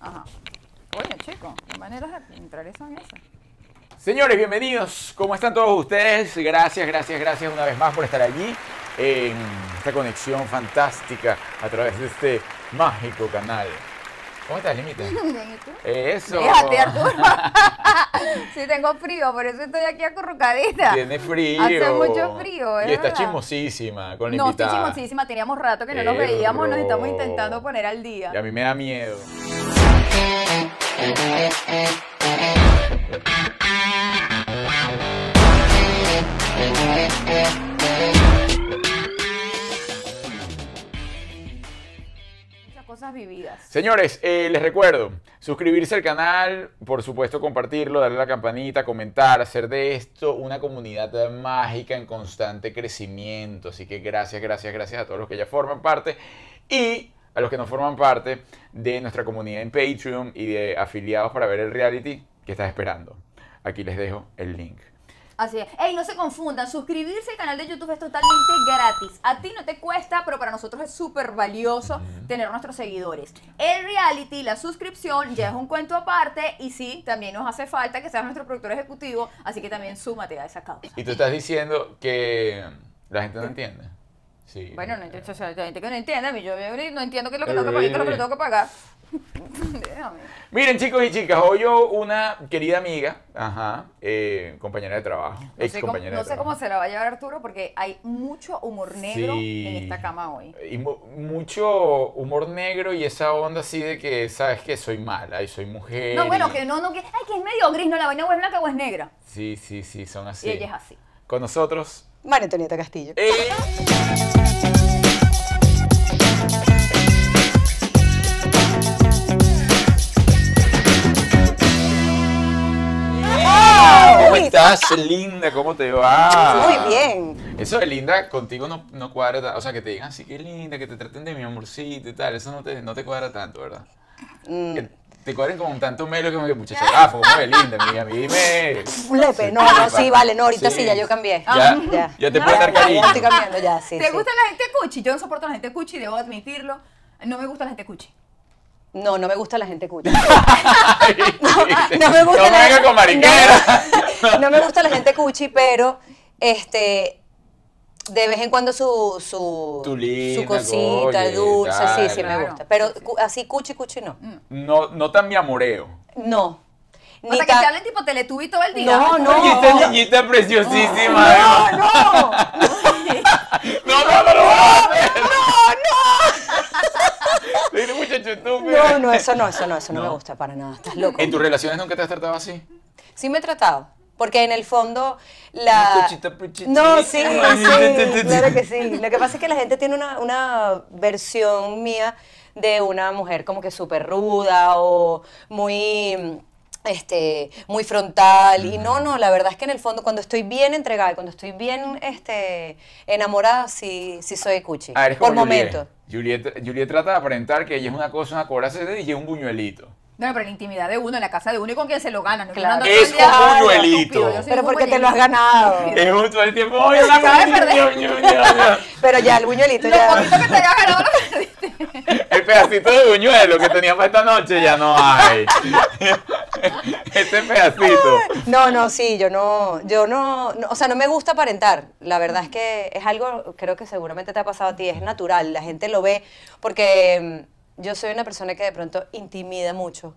Ajá. Oye, chicos, qué maneras de- interesan esas. Señores, bienvenidos. ¿Cómo están todos ustedes? Gracias, gracias, gracias una vez más por estar allí en esta conexión fantástica a través de este mágico canal. ¿Cómo estás, Limita? Bien, ¿y tú? Eso. Fíjate, Arturo. sí, tengo frío, por eso estoy aquí acurrucadita. Tiene frío. Hace mucho frío, es Y está verdad. chismosísima con la No, estoy invitada. chismosísima, teníamos rato que no nos Eh, veíamos, nos bro. estamos intentando poner al día. Y a mí me da miedo. Muchas cosas vividas. Señores, eh, les recuerdo, suscribirse al canal, por supuesto compartirlo, darle a la campanita, comentar, hacer de esto una comunidad mágica en constante crecimiento. Así que gracias, gracias, gracias a todos los que ya forman parte y a los que no forman parte de nuestra comunidad en Patreon y de afiliados para ver el reality que estás esperando. Aquí les dejo el link. Así es. Ey, no se confundan, suscribirse al canal de YouTube es totalmente gratis. A ti no te cuesta, pero para nosotros es súper valioso tener nuestros seguidores. El reality, la suscripción, ya es un cuento aparte y sí, también nos hace falta que seas nuestro productor ejecutivo, así que también súmate a esa causa. Y tú estás diciendo que la gente no entiende. Sí. Bueno, no entiendo, o sea, la gente que no entiende, a mí yo yo no entiendo qué es lo que tengo que pagar, qué es lo que tengo que pagar. Déjame. Miren, chicos y chicas, hoy yo una querida amiga, ajá, eh, compañera de trabajo, No ex sé, cómo, compañera no de sé cómo trabajo. se la va a llevar Arturo porque hay mucho humor negro Sí. en esta cama hoy. Y mu- mucho humor negro y esa onda así de que sabes que soy mala y soy mujer. No, bueno, y- que no, no, que, ay, que es medio gris, no, la vaina o es blanca o es negra. Sí, sí, sí, son así. Y ella es así. Con nosotros. María Antonieta Castillo. eh, ¿Cómo estás, linda? ¿Cómo te va? Muy bien. Eso de linda contigo no, no cuadra tanto. O sea, que te digan, sí, que linda, que te traten de mi amorcito y tal. Eso no te, no te cuadra tanto, ¿verdad? Mm, Que te cuadren como un tanto melo que como que muchacha gafa, como de linda, amiga. A mí dime. Lepe, no, no, sí, vale, no, ahorita sí, Sí. ya yo cambié. Ah. Ya, ya. ya te pueden dar cariño. Ya estoy cambiando, ya, sí. ¿Te sí. gusta la gente cuchi? Yo no soporto a la gente cuchi, debo admitirlo. No me gusta la gente cuchi. No, no me gusta la gente cuya. no no me gusta no la venga con mariquera. No, no me gusta la gente cuchi, pero este de vez en cuando su su, Tu linda, su cosita oye, dulce, tal. sí, sí me Claro. gusta. Pero cu- así cuchi cuchi no. Mm. No, no tan mi amoreo. No. O sea, que tan- te hablen tipo teletubi todo el día. No, no. Oye, esta niñita preciosísima. ¿eh? No, no. No, no, no lo vas a hacer. Dile, muchacho estúpido. No, no, eso no, eso no, eso no, me No. gusta para nada. Estás loco. ¿En tus relaciones nunca te has tratado así? Sí me he tratado, porque en el fondo la... Una cochita pichichita. Ah. No, sí, Ah, sí, Ay. claro que sí. Lo que pasa es que la gente tiene una, una versión mía de una mujer como que súper ruda o muy... Este, muy frontal y no, no, la verdad es que en el fondo cuando estoy bien entregada y cuando estoy bien este, enamorada sí, sí soy cuchi, Ah, eres por como Juliet. momentos. Juliet, Juliet trata de aparentar que ella es una cosa, una coraza y ella es un buñuelito. No, pero en la intimidad de uno, en la casa de uno y con quien se lo ganan. ¿no? Claro. Yo ando todo Es el día- como Ay, duelito. estúpido, yo soy Pero un porque te lo has duelito. ganado. Es un todo el tiempo. ¡Ay, la Acaba de coño, perder. ño, ño, ño, ño! Pero ya el buñuelito Lo ya... poquito que te había ganado lo perdiste. El pedacito de buñuelo que teníamos esta noche ya no hay. Este pedacito. No, no, sí, yo no, yo no, no, o sea, no me gusta aparentar. La verdad es que es algo, creo que seguramente te ha pasado a ti, es natural, la gente lo ve, porque mm, yo soy una persona que de pronto intimida mucho.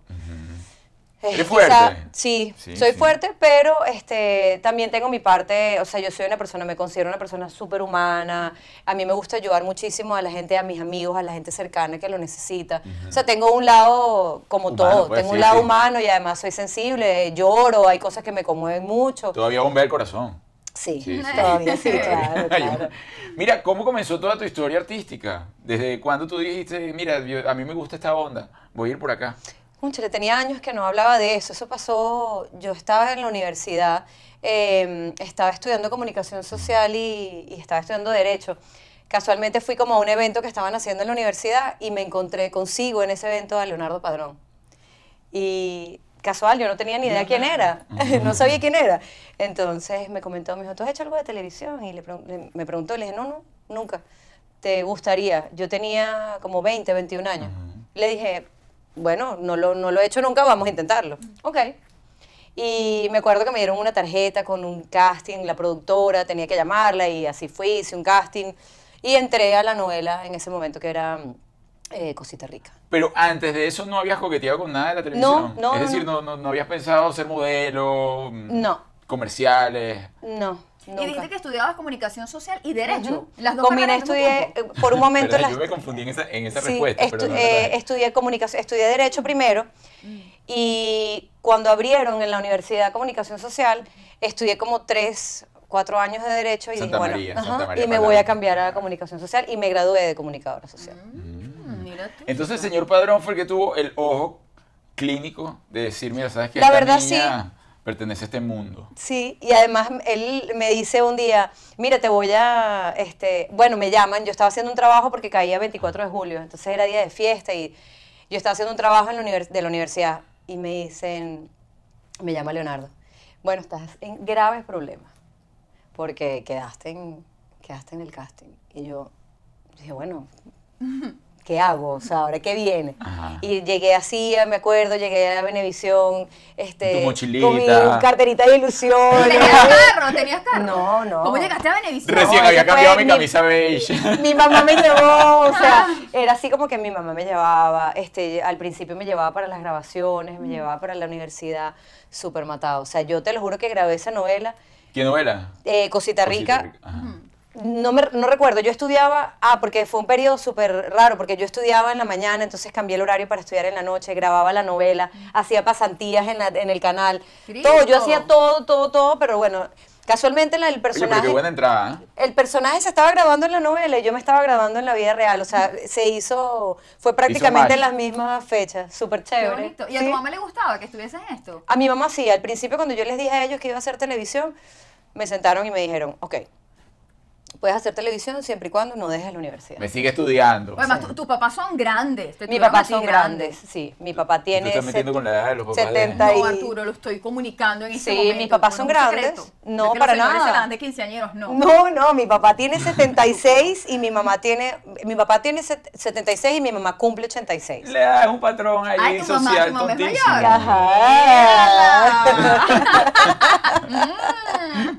Es ¿Eres fuerte? sí, Sí, soy sí. fuerte, pero este, también tengo mi parte, o sea, yo soy una persona, me considero una persona súper humana, a mí me gusta ayudar muchísimo a la gente, a mis amigos, a la gente cercana que lo necesita. O sea, tengo un lado como Humano, todo, pues, tengo un sí, lado sí. humano Ah, y además soy sensible, lloro, hay cosas que me conmueven mucho. Todavía bombea el corazón. Sí, Sí, sí. todavía sí, claro, Ay, claro. Mira, ¿cómo comenzó toda tu historia artística? ¿Desde cuándo tú dijiste, mira, yo- a mí me gusta esta onda, voy a ir por acá? Cónchale, tenía años que no hablaba de eso. Eso pasó, yo estaba en la universidad, eh, estaba estudiando comunicación social y, y estaba estudiando derecho. Casualmente fui como a un evento que estaban haciendo en la universidad y me encontré consigo en ese evento a Leonardo Padrón. Y casual, yo no tenía ni idea quién era, no sabía quién era. Entonces me comentó, me dijo, ¿tú has hecho algo de televisión? Y le pregun- le- me preguntó, le dije, no, no, nunca. ¿Te gustaría? Yo tenía como 20, 21 años. Le dije, bueno, no lo, no lo he hecho nunca, vamos a intentarlo. Ok. Y me acuerdo que me dieron una tarjeta con un casting, la productora tenía que llamarla y así fui, hice un casting y entré a la novela en ese momento que era eh, Cosita Rica. Pero antes de eso no habías coqueteado con nada de la televisión. no, Es no, decir, no, no, no habías pensado ser modelo, mm, No. comerciales. No, Y dijiste nunca. que estudiabas comunicación social y derecho. Ujú. Las dos Combiné, carreras al mismo estudié, tiempo. eh, por un momento Pero las... Yo me confundí en esa, en esa Sí, respuesta. pero estu- no, no, eh, no. estudié comunicación, estudié derecho primero y cuando abrieron en la Universidad Comunicación Social, estudié como tres, cuatro años de derecho y Santa dije, bueno, María, ajá, Santa María y me voy Palau. a cambiar a comunicación social y me gradué de comunicadora social. Mm, Mira tú. Entonces el señor Padrón fue el que tuvo el ojo clínico de decir, mira, sabes que La esta verdad, niña pertenece a este mundo. Sí, y además él me dice un día, mira, te voy a, este, bueno, me llaman, yo estaba haciendo un trabajo porque caía 24 de julio, entonces era día de fiesta y yo estaba haciendo un trabajo en la univers- de la universidad y me dicen, me llama Leonardo, bueno, estás en graves problemas porque quedaste en, quedaste en el casting. Y yo dije, bueno, ¿qué hago? O sea, ¿ahora qué viene? Ajá. Y llegué así, me acuerdo, llegué a Benevisión, este, Tu mochilita. con mi carterita de ilusiones. ¿Tenías carro? ¿Tenías carro? No, no. ¿Cómo llegaste a Benevisión? Recién ese había fue cambiado mi mi- camisa beige. mi mamá me llevó, o sea, era así como que mi mamá me llevaba, este, al principio me llevaba para las grabaciones, me llevaba para la universidad, súper matado. O sea, yo te lo juro que grabé esa novela, ¿Quién no era? eh, Cosita Oh, Rica, Ajá. no, me, no recuerdo, yo estudiaba, ah, porque fue un periodo súper raro, porque yo estudiaba en la mañana, entonces cambié el horario para estudiar en la noche, grababa la novela, hacía pasantías en, la- en el canal, Cristo. todo, yo hacía todo, todo, todo, pero bueno, casualmente la- el Oye, pero personaje... qué buena entrada. ¿eh? El personaje se estaba grabando en la novela y yo me estaba grabando en la vida real, o sea, se hizo, fue prácticamente match. en las mismas fechas, súper Qué chévere. bonito. ¿Y a Sí. tu mamá le gustaba que estuvieses en esto? A mi mamá sí, al principio cuando yo les dije a ellos que iba a hacer televisión, me sentaron y me dijeron, ok, puedes hacer televisión siempre y cuando no dejes la universidad. Me sigue estudiando. Además, tu- tus papás son grandes. te Mi tuvieron a papá ti son grandes, sí, mi papá Tú te tiene... estás metiendo set- con la edad de los papás. de- 70 No, y- Arturo, lo estoy comunicando en este Sí, momento. mis papás son no es un grandes. secreto. No, Es que para los señores nada. Se la dan de quinceañeros, no. No, no, mi papá tiene 76 y mi mamá tiene, mi papá tiene set- 76 y mi mamá cumple 86. Le das un patrón ahí Ay, tu mamá, social tu mamá es tontísimo. mayor. Ajá.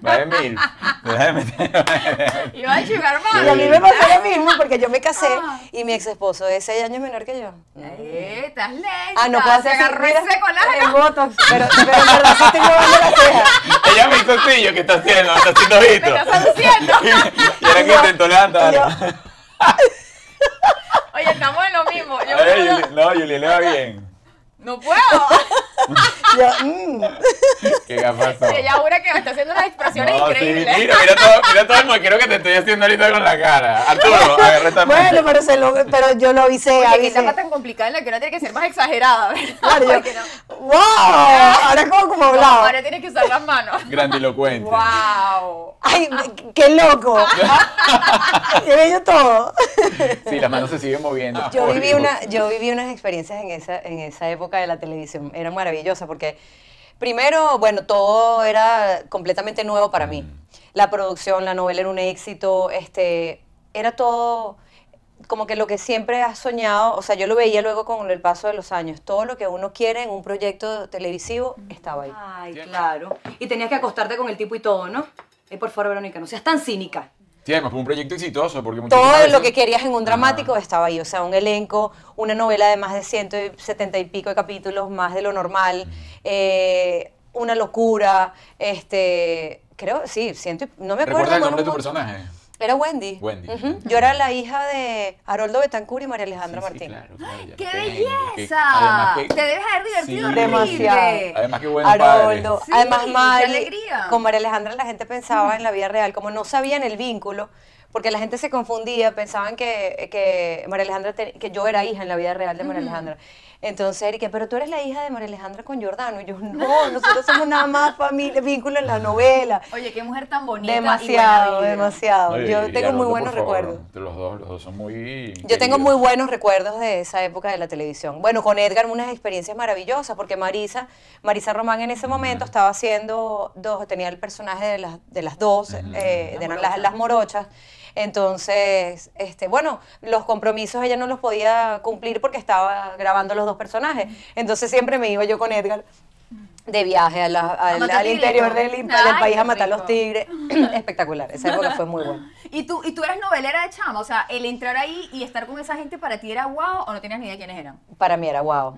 Va de mil. Déjame meter- Iba a llegar Y a mí mal. me pasó lo mismo porque yo me casé Ah. y mi ex esposo es 6 años menor que yo. Eh, Estás lenta. Ah, no puedo hacer Se agarró ese El colágeno. botox, pero, pero en verdad sí estoy llevando la ceja. Ella me hizo sillo que está haciendo, está haciendo Me estás visto. aduciendo. Y era que intentó levantar. Y yo- Oye, estamos en lo mismo. Yo A ver, no, Yuli- No, Julián le va bien. no puedo. Yo, mm. Qué gafas son. Si ella jura que me está haciendo unas expresiones No, sí, increíbles. mira, mira todo, mira todo el moquero que te estoy haciendo ahorita con la cara. Arturo, agarra esta Bueno, pero, se lo, pero yo lo avisé, Oye, qué avisé. etapa tan complicada en la que uno tiene que ser más exagerada, ¿verdad? Claro, yo- Porque no- ¡Wow! Ahora como, como no, hablaba. ahora tienes que usar las manos. Grandilocuente. ¡Wow! ¡Ay, qué loco! Tiene yo todo. Sí, las manos se siguen moviendo. Yo Por viví, Dios. una, yo viví unas experiencias en esa, en esa época de la televisión. Era maravillosa porque, primero, bueno, todo era completamente nuevo para mí. La producción, la novela era un éxito, este, era todo como que lo que siempre has soñado, o sea, yo lo veía luego con el paso de los años, todo lo que uno quiere en un proyecto televisivo estaba ahí. Ay, claro. Y tenías que acostarte con el tipo y todo, ¿no? Ay, por favor, Verónica, no seas tan cínica. Sí, además fue un proyecto exitoso porque muchísimas todo veces- lo que querías en un dramático estaba ahí, o sea, un elenco, una novela de más de 170 y pico de capítulos, más de lo normal, eh, una locura, este, creo, sí, ciento y- no me acuerdo. ¿Recuerdas el bueno, nombre de tu un- personaje? Era Wendy. Wendy. Ujú. Yo era la hija de Haroldo Betancur y María Alejandra Sí, sí, Martín. claro, claro, ya lo ¡Qué tengo, que- belleza! además que- Te debes haber divertido Sí. horrible. Demasiado. Además que buen padre. Haroldo. Sí, Además, qué Mari, alegría. con María Alejandra la gente pensaba en la vida real, como no sabían el vínculo, porque la gente se confundía, pensaban que, que María Alejandra te- que yo era hija en la vida real de María Alejandra. Entonces, Erika, pero tú eres la hija de María Alejandra con Jordano. Y yo, no, nosotros somos nada más familia, vínculo en la novela. Oye, qué mujer tan bonita. y buena Demasiado, vibra. demasiado. Oye, Yo y tengo muy Haroldo, buenos por favor, recuerdos. Los dos, los dos son muy. Yo tengo queridos. muy buenos recuerdos de esa época de la televisión. Bueno, con Edgar unas experiencias maravillosas, porque Marisa, Marisa Román en ese momento estaba haciendo dos, tenía el personaje de las, de las dos, eh, de las, las morochas. Entonces, este, bueno, los compromisos ella no los podía cumplir porque estaba grabando los dos personajes. Entonces siempre me iba yo con Edgar de viaje a la- al, matar al tigres, interior ¿no? del, del Ay, país a qué matar rico. los tigres. Espectacular, esa época fue muy buena. ¿Y tú, y tú eras novelera de chama, o sea, el entrar ahí y estar con esa gente para ti era guau o no tenías ni idea quiénes eran. Para mí era guau.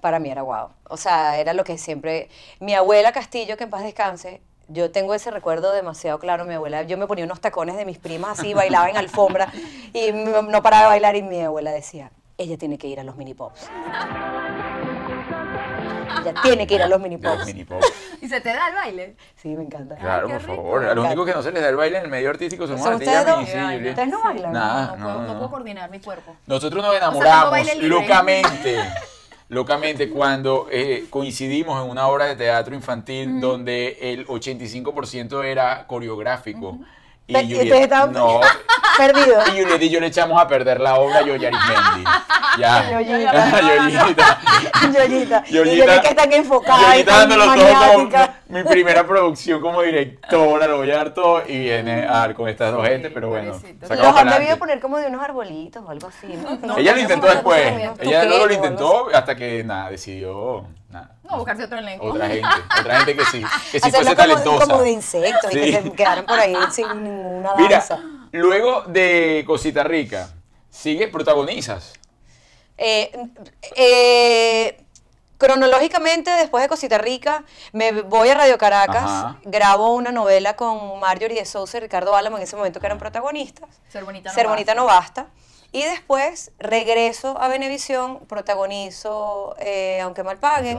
Para mí era guau. O sea, era lo que siempre. Mi abuela Castillo, que en paz descanse, yo tengo ese recuerdo demasiado claro. Mi abuela, yo me ponía unos tacones de mis primas así, bailaba en alfombra y m- no paraba de bailar. Y mi abuela decía: Ella tiene que ir a los mini pops. Ella tiene que ir a los mini Los pops. mini pops. Y se te da el baile. Sí, me encanta. Claro, qué por rico. favor. A los únicos que no se les da el baile en el medio artístico son ¿Son a ti y a ustedes dos? mí, sí, Juliet. Ustedes no bailan. no, Nada, puedo, no, no no. puedo coordinar mi cuerpo. Nosotros nos O sea, tengo enamoramos baile libre. locamente, locamente cuando eh, coincidimos en una obra de teatro infantil donde el 85% era coreográfico. Y, Pe- y Juliet- ustedes estaban- no, Perdido. y Juliet y yo le echamos a perder la obra yo Arismendi. Ya. Yoyita. Yoyita. Yoyita. Y Yoyita- Yoyita que están enfocadas. Yoyita dando los dos, maniática. no, mi primera producción como directora, lo voy a dar todo y viene a dar con estas dos gentes, pero bueno. pobrecito. sacamos Los han pa'lante. debido poner como de unos arbolitos o algo así, ¿no? Como Ella que lo intentó unos después. unos Ella luego lo tuqueros o algo intentó hasta que nada, decidió nada. No, buscarse otro elenco. Otra gente, otra gente que sí, que sí Hacerlo fuese como, talentosa. como de insectos y que Sí. se quedaran por ahí sin ninguna Mira, danza. luego de Cosita Rica, sigue protagonizas. Eh, eh, cronológicamente, después de Cosita Rica, me voy a Radio Caracas, Ajá. grabo una novela con Marjorie de Sousa y Ricardo Álamo, en ese momento que eran protagonistas. Ser bonita no Ser basta. bonita no basta. Y después regreso a Venevisión, protagonizo eh, Aunque mal paguen.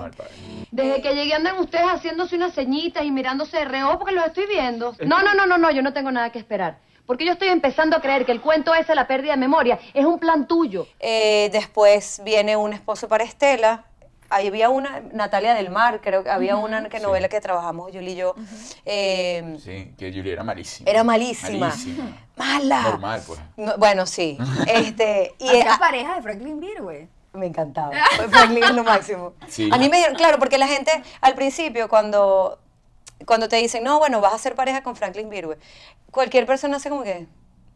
Desde que llegué andan ustedes haciéndose unas ceñitas y mirándose de reojo porque los estoy viendo. No, no, no, no, no, yo no tengo nada que esperar. Porque yo estoy empezando a creer que el cuento ese de la pérdida de memoria es un plan tuyo. Eh, después viene Un esposo para Estela. Ahí había una, Natalia del Mar, creo que había una que novela que trabajamos Yuli y yo. Eh, Sí, que Julia era malísima. Era malísima. Malísima. Mala. Normal, pues. No, bueno, sí. Este, y Había a- pareja de Franklin Virgüe. me encantaba. Franklin es lo máximo. Sí. A mí me dieron, claro, porque la gente al principio cuando, cuando te dicen, no, bueno, vas a ser pareja con Franklin Virgüe, cualquier persona hace como que,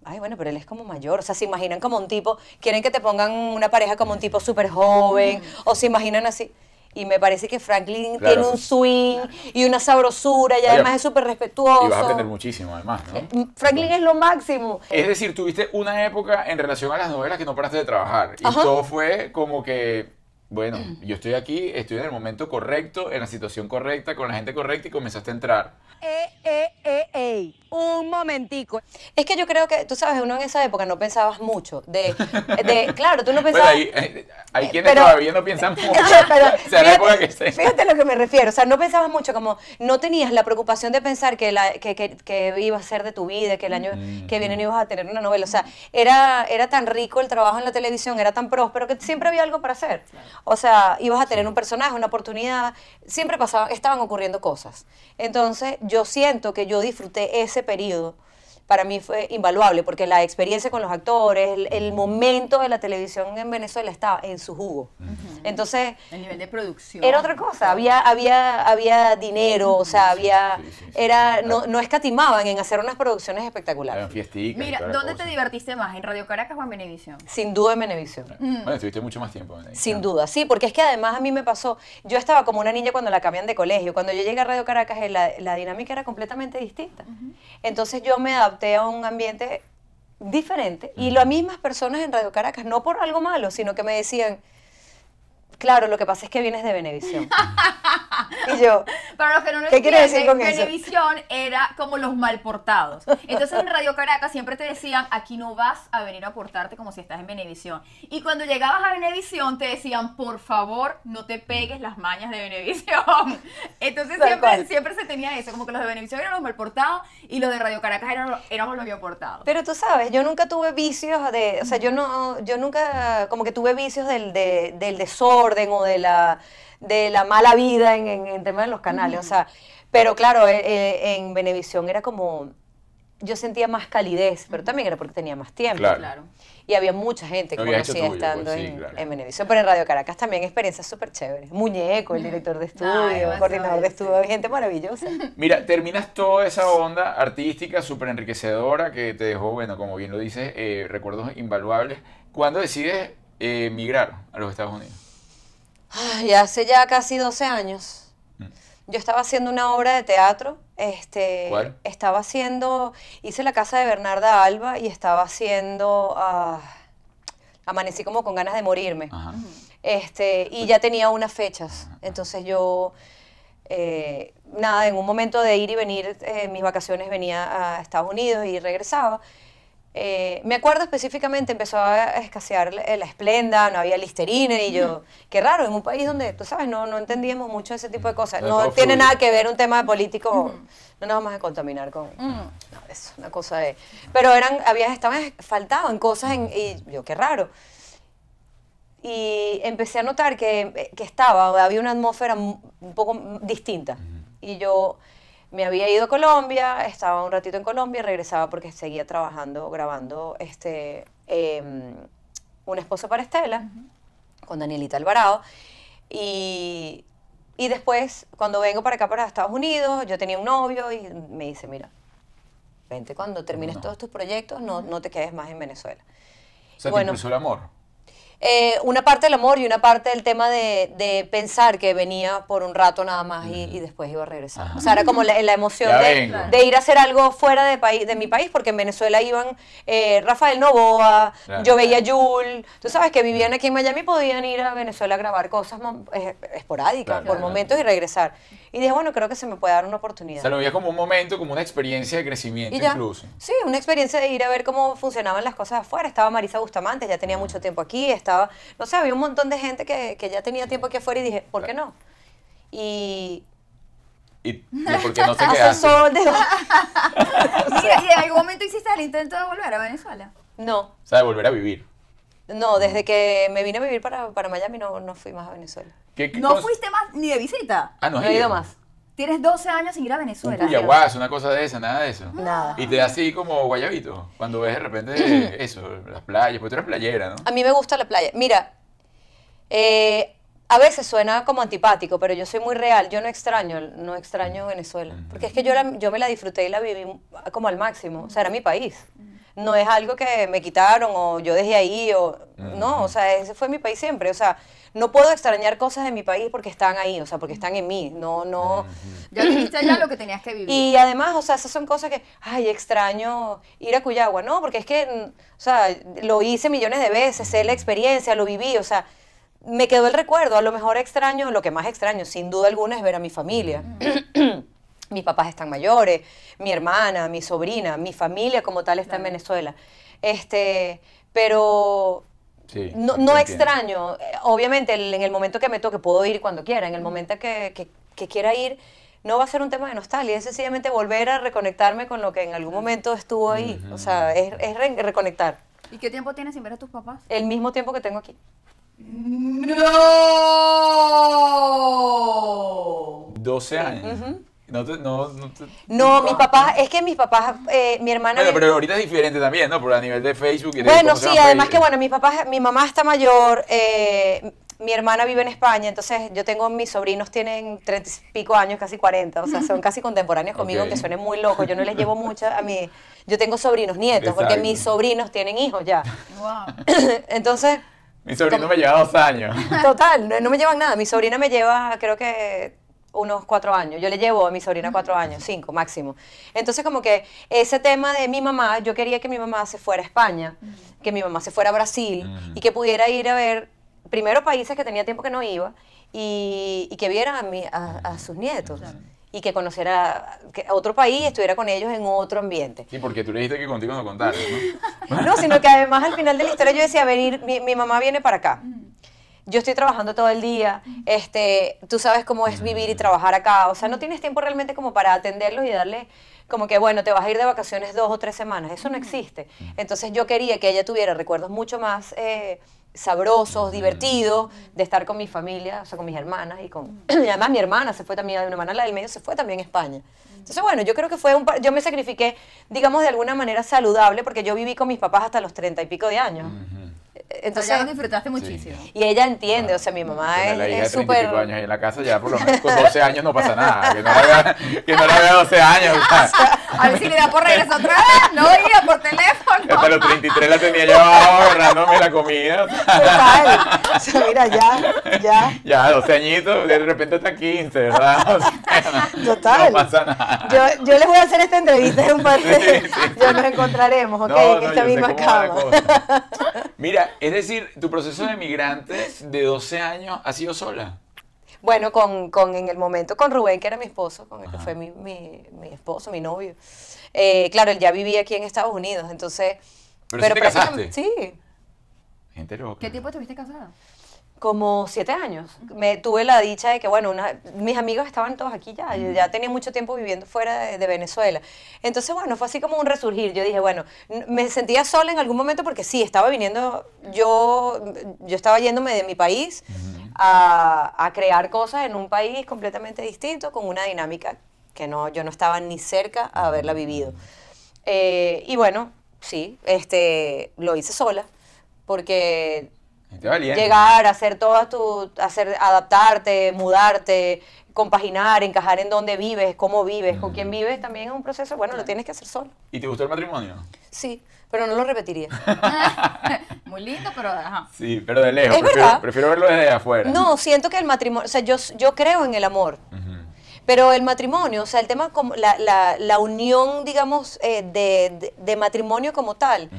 ay, bueno, pero él es como mayor. O sea, se imaginan como un tipo, quieren que te pongan una pareja como un tipo súper joven, o se imaginan así. Y me parece que Franklin Claro. tiene un swing y una sabrosura y Oye, además es súper respetuoso. Y vas a aprender muchísimo, además, Eh, mm. ¿no? Franklin es lo máximo. Es decir, tuviste una época en relación a las novelas que no paraste de trabajar. Y Ajá. Mm. todo fue como que, bueno, yo estoy aquí, estoy en el momento correcto, en la situación correcta, con la gente correcta y comenzaste a entrar. Eh, eh, eh, ey, un momentico. Es que yo creo que, tú sabes, uno en esa época no pensabas mucho. De, de- claro, tú no Bueno, pensabas. Eh, ahí- hay, hay quienes pero- todavía no piensan mucho. Pero o sea, la época que se... fíjate, fíjate a lo que me refiero. O sea, no pensabas mucho, como no tenías la preocupación de pensar que, la, que, que- que iba a ser de tu vida, que el año que viene ibas a tener una novela. O sea, era, era tan rico el trabajo en la televisión, era tan próspero que siempre había algo para hacer. O sea, ibas a tener un personaje, una oportunidad. Siempre pasaban, estaban ocurriendo cosas. Entonces, yo siento que yo disfruté ese periodo para mí fue invaluable porque la experiencia con los actores, el, el momento de la televisión en Venezuela estaba en su jugo. Entonces, El nivel de producción. era otra cosa, había, había, había dinero, o sea, había, sí, sí, sí. era, no, no escatimaban en hacer unas producciones espectaculares. Eran fiesticas y Mira, toda la ¿dónde cosa. te divertiste más? ¿En Radio Caracas o en Venevisión? Sin duda en Venevisión. Bueno, estuviste mucho más tiempo. en Mm. Sin Edición. duda, sí, porque es que además a mí me pasó, yo estaba como una niña cuando la cambian de colegio, cuando yo llegué a Radio Caracas eh, la, la dinámica era completamente distinta. Entonces yo me adapté a un ambiente diferente y las mismas personas en Radio Caracas, no por algo malo, sino que me decían, claro, lo que pasa es que vienes de Venevisión. y yo, Para los que no lo ¿Qué quiere decir entienden, con eso? Venevisión era como los malportados. Entonces en Radio Caracas siempre te decían, aquí no vas a venir a portarte como si estás en Venevisión. Y cuando llegabas a Venevisión te decían, por favor, no te pegues las mañas de Venevisión. Entonces Tal siempre, cual. siempre se tenía eso, como que los de Venevisión eran los malportados y los de Radio Caracas eran los- éramos los bien portados. Pero tú sabes, yo nunca tuve vicios de, o sea, yo no, yo nunca como que tuve vicios del, de- del desorden o de la, de la mala vida en, en, en tema de los canales, o sea, pero claro, eh, eh, en Venevisión era como, yo sentía más calidez, pero también era porque tenía más tiempo. Claro. Claro. Y había mucha gente Lo que había hecho conocía tuyo, estando pues, sí, en, claro. en Venevisión, pero en Radio Caracas también experiencias súper chéveres. Muñeco, el director de estudio, Ay, vas a coordinador ver, de sí. estudio, gente maravillosa. Mira, terminas toda esa onda artística súper enriquecedora que te dejó, bueno, como bien lo dices, eh, recuerdos invaluables. ¿Cuándo decides eh, emigrar a los Estados Unidos? Ay, hace ya casi 12 años. Yo estaba haciendo una obra de teatro. Este, ¿Cuál? Estaba haciendo, hice La casa de Bernarda Alba y estaba haciendo, ah, amanecí como con ganas de morirme. Ajá. Este, y ya tenía unas fechas. Entonces yo, eh, nada, en un momento de ir y venir, eh, mis vacaciones venía a Estados Unidos y regresaba. Eh, me acuerdo específicamente, empezó a escasear la la esplenda, no había listerine y yo, qué raro, en un país donde, tú sabes, no, no entendíamos mucho ese tipo de cosas. Era No todo tiene fluido. nada que ver un tema político, no nos vamos a contaminar con... No, es una cosa de... Pero eran, había, estaban, faltaban cosas en- y yo, qué raro y empecé a notar que, que estaba, había una atmósfera mu- un poco m- distinta. Y yo me había ido a Colombia, estaba un ratito en Colombia y regresaba porque seguía trabajando, grabando este, em, Un esposo para Estela con Danielita Alvarado. Y, y después, cuando vengo para acá, para Estados Unidos, yo tenía un novio y me dice, mira, vente cuando termines no. todos tus proyectos, no, no te quedes más en Venezuela. O sea, te Bueno. impulsó el amor. Eh, una parte del amor y una parte del tema de, de pensar que venía por un rato nada más y, y después iba a regresar. O sea, era como la, la emoción Ya de, vengo. de ir a hacer algo fuera de, país, de mi país, porque en Venezuela iban eh, Rafael Novoa, Claro. yo veía Yul. Tú sabes que vivían aquí en Miami y podían ir a Venezuela a grabar cosas mo- eh, esporádicas Claro, por claro. momentos y regresar. Y dije, bueno, creo que se me puede dar una oportunidad. O sea, lo veías como un momento, como una experiencia de crecimiento Y ya. incluso. Sí, una experiencia de ir a ver cómo funcionaban las cosas afuera. Estaba Marisa Bustamante, ya Mm. tenía mucho tiempo aquí, estaba, no sé, había un montón de gente que, que ya tenía tiempo aquí afuera y dije, ¿por qué no? Y ¿Y, y por qué no te hace quedaste? sol de... Mira, ¿y en algún momento hiciste el intento de volver a Venezuela? No, O sea, de volver a vivir. no, Mm. desde que me vine a vivir para, para Miami no, no fui más a Venezuela. ¿Qué- qué No cons- fuiste más ni de visita. Ah, no, No has he ido más. Tienes 12 años sin ir a Un Venezuela. cuyaguazo, una cosa de esa, nada de eso. Nada. Y te da así como guayabito, cuando ves de repente eso, las playas, porque tú eres playera, ¿no? A mí me gusta la playa. Mira, eh, a veces suena como antipático, pero yo soy muy real. Yo no extraño, no extraño Venezuela. Porque es que yo, la- yo me la disfruté y la viví como al máximo. O sea, era mi país. No es algo que me quitaron o yo dejé ahí o... No, o sea, ese fue mi país siempre. O sea, no puedo extrañar cosas de mi país porque están ahí, o sea, porque están en mí. No, no... Ya viviste ya lo que tenías que vivir. Y además, o sea, esas son cosas que, ay, extraño ir a Cuyagua, ¿no? Porque es que, mm, o sea, lo hice millones de veces, sé la experiencia, lo viví, o sea, me quedó el recuerdo. A lo mejor extraño, lo que más extraño, sin duda alguna, es ver a mi familia. Mis papás están mayores, mi hermana, mi sobrina, mi familia como tal está en Venezuela. Este, pero Sí. no, te no entiendo. extraño, eh, obviamente el- en el momento que me toque puedo ir cuando quiera, en el momento que, que- que quiera ir no va a ser un tema de nostalgia, es sencillamente volver a reconectarme con lo que en algún momento estuvo ahí, o sea, es, es re- reconectar ¿Y qué tiempo tienes sin ver a tus papás? el mismo tiempo que tengo aquí. ¡No! 12 años. No te- no, no te- No, mis papás, es que mis papás, eh, mi hermana... Bueno, pero ahorita es diferente también, ¿no? Por a nivel de Facebook. y de Bueno, cómo se sí, llama además Facebook. que bueno, mis papás, mi mamá está mayor, eh, mi hermana vive en España, entonces yo tengo mis sobrinos tienen treinta y pico años, casi 40, o sea, son casi contemporáneos Ok. conmigo, aunque suene muy loco, yo no les llevo mucha a mi, yo tengo sobrinos nietos, porque Exacto. mis sobrinos tienen hijos ya. ¡Wow! Entonces, Mi sobrino me lleva dos años. total, no, no me llevan nada, mi sobrina me lleva creo que unos cuatro años, yo le llevo a mi sobrina cuatro años, cinco máximo. Entonces como que ese tema de mi mamá, yo quería que mi mamá se fuera a España, que mi mamá se fuera a Brasil Ujú. y que pudiera ir a ver primero países que tenía tiempo que no iba y, y que viera a, mi- a- a sus nietos y que conociera que- otro país y estuviera con ellos en otro ambiente. Sí, porque tú le dijiste que contigo no contaron, ¿no? No, sino que además al final de la historia yo decía, venir, mi, mi mamá viene para acá. Yo estoy trabajando todo el día, este, tú sabes cómo es vivir y trabajar acá, o sea, no tienes tiempo realmente como para atenderlos y darle como que, bueno, te vas a ir de vacaciones dos o tres semanas, eso no existe. Entonces yo quería que ella tuviera recuerdos mucho más eh, sabrosos, divertidos, de estar con mi familia, o sea, con mis hermanas y con... Y además mi hermana se fue también, una hermana la del medio se fue también a España. Entonces, bueno, yo creo que fue un... par- Yo me sacrifiqué, digamos, de alguna manera saludable, porque yo viví con mis papás hasta los treinta y pico de años. Eh, Entonces... Entonces, disfrutaste muchísimo. Y ella entiende, o sea, mi mamá Tener Ah, es- Ah, la hija es de 30 y pico súper... años ahí en la casa, ya por lo menos con 12 años no pasa nada. Que no la vea, que no la vea 12 años. o sea, A ver si le da por regreso otra vez. No iba por teléfono. Hasta los 33 la tenía yo abajo ahorrándome la comida. o sea, Total. O sea, mira, ya, ya. Ya, 12 añitos, de repente hasta 15, ¿verdad? O sea, no- Total. No pasa nada. Yo, yo les voy a hacer esta entrevista en un par de... Sí, sí. Ya nos encontraremos, ¿ok? No, en no, esta yo sé misma cómo va la cama. cosa. Mira, es decir, tu proceso de migrante de 12 años ha sido sola. Bueno, con, con- en el momento con Rubén, que era mi esposo, con el que fue mi, mi- mi esposo, mi novio. Eh, claro, él ya vivía aquí en Estados Unidos, entonces... Pero sí te prácticamente- casaste. Sí, Gente loca. ¿Qué tiempo estuviste casada? como siete años. Me tuve la dicha de que, bueno, una- mis amigos estaban todos aquí ya. Yo ya tenía mucho tiempo viviendo fuera de, de Venezuela. Entonces, bueno, fue así como un resurgir. Yo dije, bueno, n- me sentía sola en algún momento porque sí, estaba viniendo, yo, yo estaba yéndome de mi país a, a crear cosas en un país completamente distinto, con una dinámica que no, yo no estaba ni cerca a haberla vivido. Eh, y bueno, sí, este, lo hice sola porque Gente valiente. llegar, hacer todas tu, hacer, adaptarte, mudarte, compaginar, encajar en dónde vives, cómo vives, con quién vives, también es un proceso, bueno, lo tienes que hacer solo. ¿Y te gustó el matrimonio? Sí, pero no lo repetiría. Muy lindo, pero ajá. Sí, pero de lejos. Es prefiero, verdad. prefiero verlo desde afuera. No, siento que el matrimonio, o sea, yo, yo creo en el amor. Pero el matrimonio, o sea, el tema, como la, la, la unión, digamos, eh, de, de- de matrimonio como tal,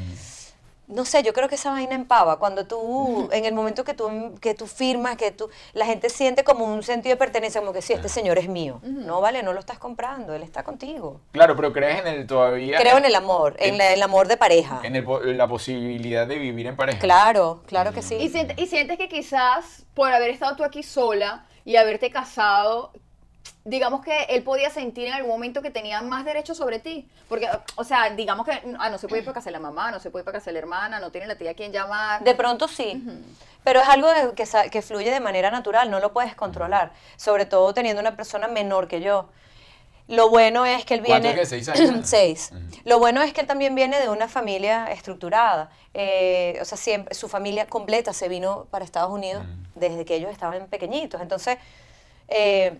no sé, yo creo que esa vaina empava. Cuando tú, en el momento que tú, que tú firmas, que tú, la gente siente como un sentido de pertenencia, como que sí, este señor es mío. No, vale, no lo estás comprando, él está contigo. Claro, pero crees en el todavía. Creo en el amor, en en- la- el amor de pareja. En el po- la posibilidad de vivir en pareja. Claro, claro Mm. que Y, sí. siente- y sientes que quizás por haber estado tú aquí sola y haberte casado, digamos que él podía sentir en algún momento que tenía más derechos sobre ti. Porque, o sea, digamos que ah, no se puede ir para casa de la mamá, no se puede ir para casa de la hermana, no tiene la tía a quien llamar. De pronto sí, pero es algo de- que, sa- que fluye de manera natural, no lo puedes controlar, sobre todo teniendo una persona menor que yo. Lo bueno es que él ¿Cuánto viene... es que? ¿Seis años? Seis. Lo bueno es que él también viene de una familia estructurada. eh, o sea, siempre, su familia completa se vino para Estados Unidos desde que ellos estaban pequeñitos. Entonces, eh,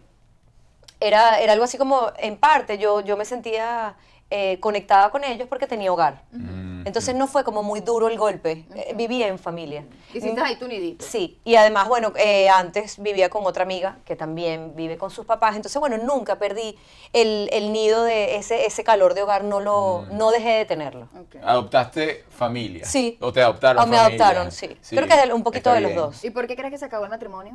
era, era algo así como, en parte, yo, yo me sentía eh, conectada con ellos porque tenía hogar. Mm. Entonces no fue como muy duro el golpe. eh, vivía en familia. Mm, Hiciste ahí tu nidito. Sí, y además, bueno, eh, antes vivía con otra amiga que también vive con sus papás, entonces, bueno, nunca perdí el, el nido de ese, ese calor de hogar, no, lo, Mm. no dejé de tenerlo. ¿Adoptaste familia? Sí. ¿O te adoptaron O me familia? adoptaron, sí. Creo que es un poquito está de los bien. dos. ¿Y por qué crees que se acabó el matrimonio?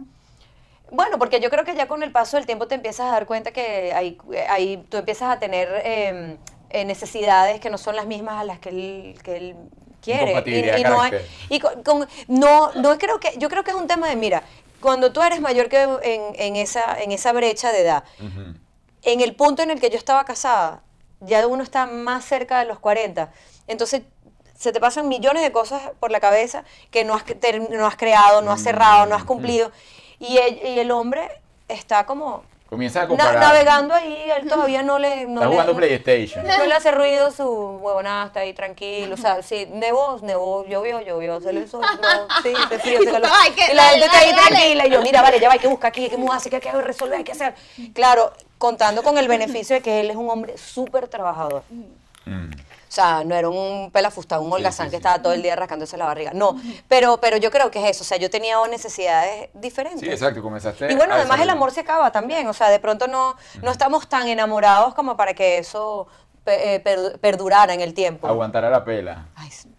Bueno, porque yo creo que ya con el paso del tiempo te empiezas a dar cuenta que ahí, ahí tú empiezas a tener eh, eh, necesidades que no son las mismas a las que él, que él quiere. Incompatibilidad de no hay- carácter. y con- con- no, no creo que, yo creo que es un tema de, mira, cuando tú eres mayor que en, en esa, en esa brecha de edad, Ujú. en el punto en el que yo estaba casada, ya uno está más cerca de los 40. Entonces, se te pasan millones de cosas por la cabeza que no has, cre- ter- no has creado, no has Mm, cerrado, no has cumplido. Y el, y el hombre está como Comienza a na- comparar. navegando ahí, él todavía no le... No Está le- jugando no- PlayStation. no le hace ruido su huevonada, está ahí tranquilo. O sea, sí, nevó, nevó, llovió, llovió, se le sol, no, sí, se frío, se calor. Ay, que y la dale, gente está ahí dale, dale. tranquila. Y yo, mira, vale, ya va, hay que buscar aquí, hay que mudarse, que hay que resolver, hay que hacer. Claro, contando con el beneficio de que él es un hombre súper trabajador. Mm. O sea, no era un pelafustado, un holgazán sí, que sí. estaba todo el día rascándose la barriga. No, pero, pero yo creo que es eso. O sea, yo tenía necesidades diferentes. Sí, exacto, comenzaste. Y bueno, a además el desarrollar. amor se acaba también, o sea, de pronto no, no estamos tan enamorados como para que eso pe- eh, per- perdurara en el tiempo. Aguantar a la pela. Ay, sí.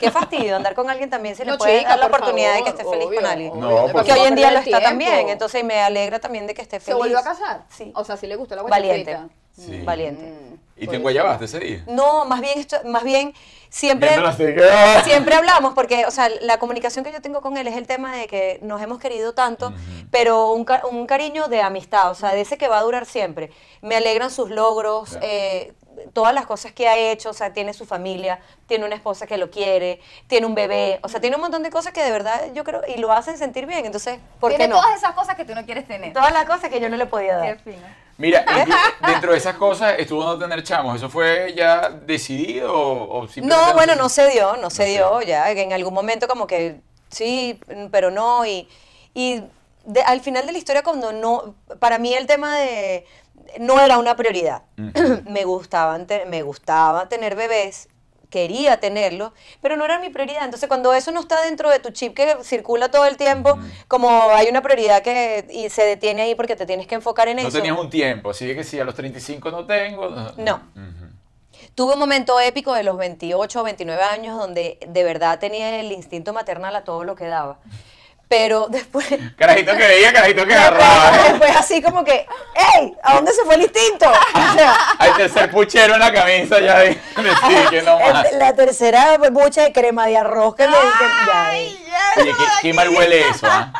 qué fastidio andar con alguien también, se le No, puede chica, dar la por oportunidad de que favor, esté feliz obvio, con alguien. obvio, No, me porque Porque parece hoy en día lo perder está el también, tiempo. entonces me alegra también de que esté ¿Se feliz. volvió a casar? Sí. O sea, sí le gustó la Valiente, guachafita. Sí. Mm. valiente. Mm. ¿Y te enguayabaste ese día? No, más bien, esto- más bien siempre... Viendo la cigarra. siempre hablamos porque, o sea, la comunicación que yo tengo con él es el tema de que nos hemos querido tanto, pero un, ca- un cariño de amistad, o sea, de ese que va a durar siempre. Me alegran sus logros, Claro. eh, todas las cosas que ha hecho, o sea, tiene su familia, tiene una esposa que lo quiere, tiene un bebé, o sea, tiene un montón de cosas que de verdad yo creo, y lo hacen sentir bien, entonces, ¿por qué Tiene no? todas esas cosas que tú no quieres tener. Todas las cosas que yo no le podía Qué dar. fino. Mira, y dentro de esas cosas estuvo no tener chamos. ¿Eso fue ya decidido o, o simplemente No, bueno, se- no se dio, no sé. se dio, ya en algún momento como que sí, pero no, y, y de- al final de la historia cuando no, para mí el tema de, no era una prioridad, me, gustaban te- me gustaba tener bebés, quería tenerlo, pero no era mi prioridad, entonces cuando eso no está dentro de tu chip que circula todo el tiempo, como hay una prioridad que y se detiene ahí porque te tienes que enfocar en No eso. tenías un tiempo, así que si a los 35 no Mm. tengo. No. Ujú. Tuve un momento épico de los 28 o 29 años donde de verdad tenía el instinto maternal a todo lo que daba. Pero después, Carajito que veía, carajito que agarraba. después así como que, ¡Ey! ¿A dónde se fue el instinto? O sea, Hay tercer puchero en la camisa ya de, decir que no más. el- la tercera bucha de crema de arroz que me que- ya, eh. Oye, qué, qué mal huele eso, ¿ah?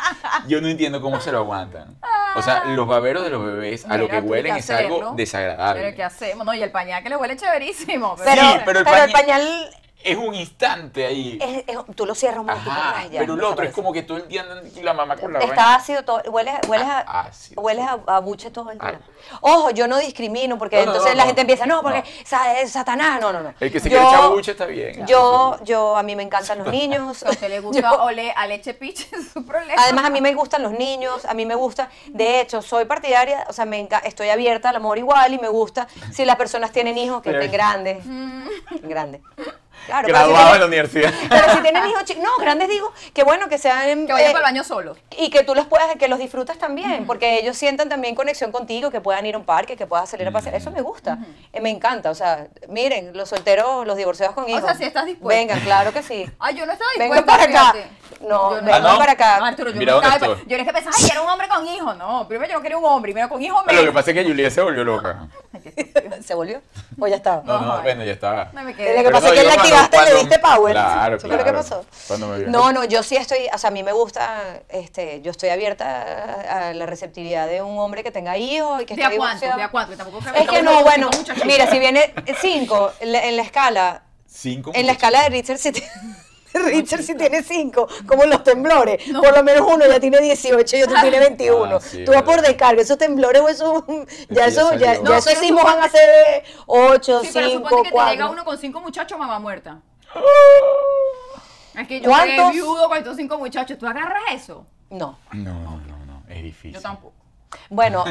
Yo no entiendo cómo se lo aguantan. O sea, los baberos de los bebés a lo Mira, que tú, ¿qué huelen es hacer, algo no? desagradable. Pero ¿qué hacemos? No, y el pañal que le huele chéverísimo. Pero, Sí, pero pero el pañal- el, pañal, Es un instante ahí. es- es- tú lo cierras un momentito Ajá, atrás y ya, pero el no otro es aparece. como que todo el día andan la mamá con la vaina. Está ácido todo, hueles, hueles a, Ah, ácido. hueles a, a buche todo el día. Ah. Ojo, yo no discrimino porque No, no, entonces no, la no. gente empieza, no, porque No. sa- es Satanás, no, no, no. El que se Yo- quiere echar buche está bien. Yo, yo, a mí me encantan los niños. Si a usted le gusta Yo- ole a leche pitch, es su problema. además, a mí me gustan los niños, a mí me gusta. De hecho, soy partidaria, o sea, me enca- estoy abierta al amor igual y me gusta si las personas tienen hijos que Pero- estén grandes. Mm. Grandes. Claro, pero si, Graduado en la tienen, universidad. pero si tienen hijos, chi- no, grandes digo, que bueno, que sean... Que vaya eh, para el baño Mm. solo. y que tú los puedas, que los disfrutas también, porque ellos sientan también conexión contigo, que puedan ir a un parque, que puedas salir a pasear. Eso me Mm. gusta, eh, me encanta. O sea, miren, los solteros, los divorciados con hijos. sea, sí estás dispuesta. Vengan, claro que sí. Ay, yo no estaba Vengan dispuesta. para acá. fíjate. No, Yo vengan Ah, ¿no? para acá. No, Arturo, yo Mira no dónde estaba. estoy. Yo era que pensaba, ay, era un hombre con hijos. No, primero yo no quería un hombre, primero con hijos Lo que menos. pasa es que Julia se volvió loca. ¿Se volvió? O ya estaba. No, no, Ajá. bueno, ya estaba. No me Lo quedé. que pasa es que digo, la cuando- activaste y le cuando- diste power. Claro, Eso fue lo que claro. pasó. Cuando me vio. No, no, yo sí estoy, o sea, a mí me gusta, este, yo estoy abierta a, a la receptividad de un hombre que tenga hijos y que ¿De esté a cuánto? divorciado. ¿De a cuánto? Que tampoco Es que no, bueno, mira, si viene 5 en la- en la escala, Cinco. en la muchachos. escala de Richard si tiene, Richard sí tiene 5, como los temblores, por lo menos uno ya tiene 18 y otro tiene 21. Ah, sí, Tú vas por verdad. descarga, esos temblores o esos, ya, ya eso, ya, salió. ya No, esos pero sismos van a ser 8, Sí, pero 5, suponte que te llega 4. uno con cinco muchachos, mamá muerta. Es que yo ¿Cuántos? quedé viudo con estos cinco muchachos. ¿Tú agarras eso? No, No, no, no. Es difícil. Yo tampoco. bueno,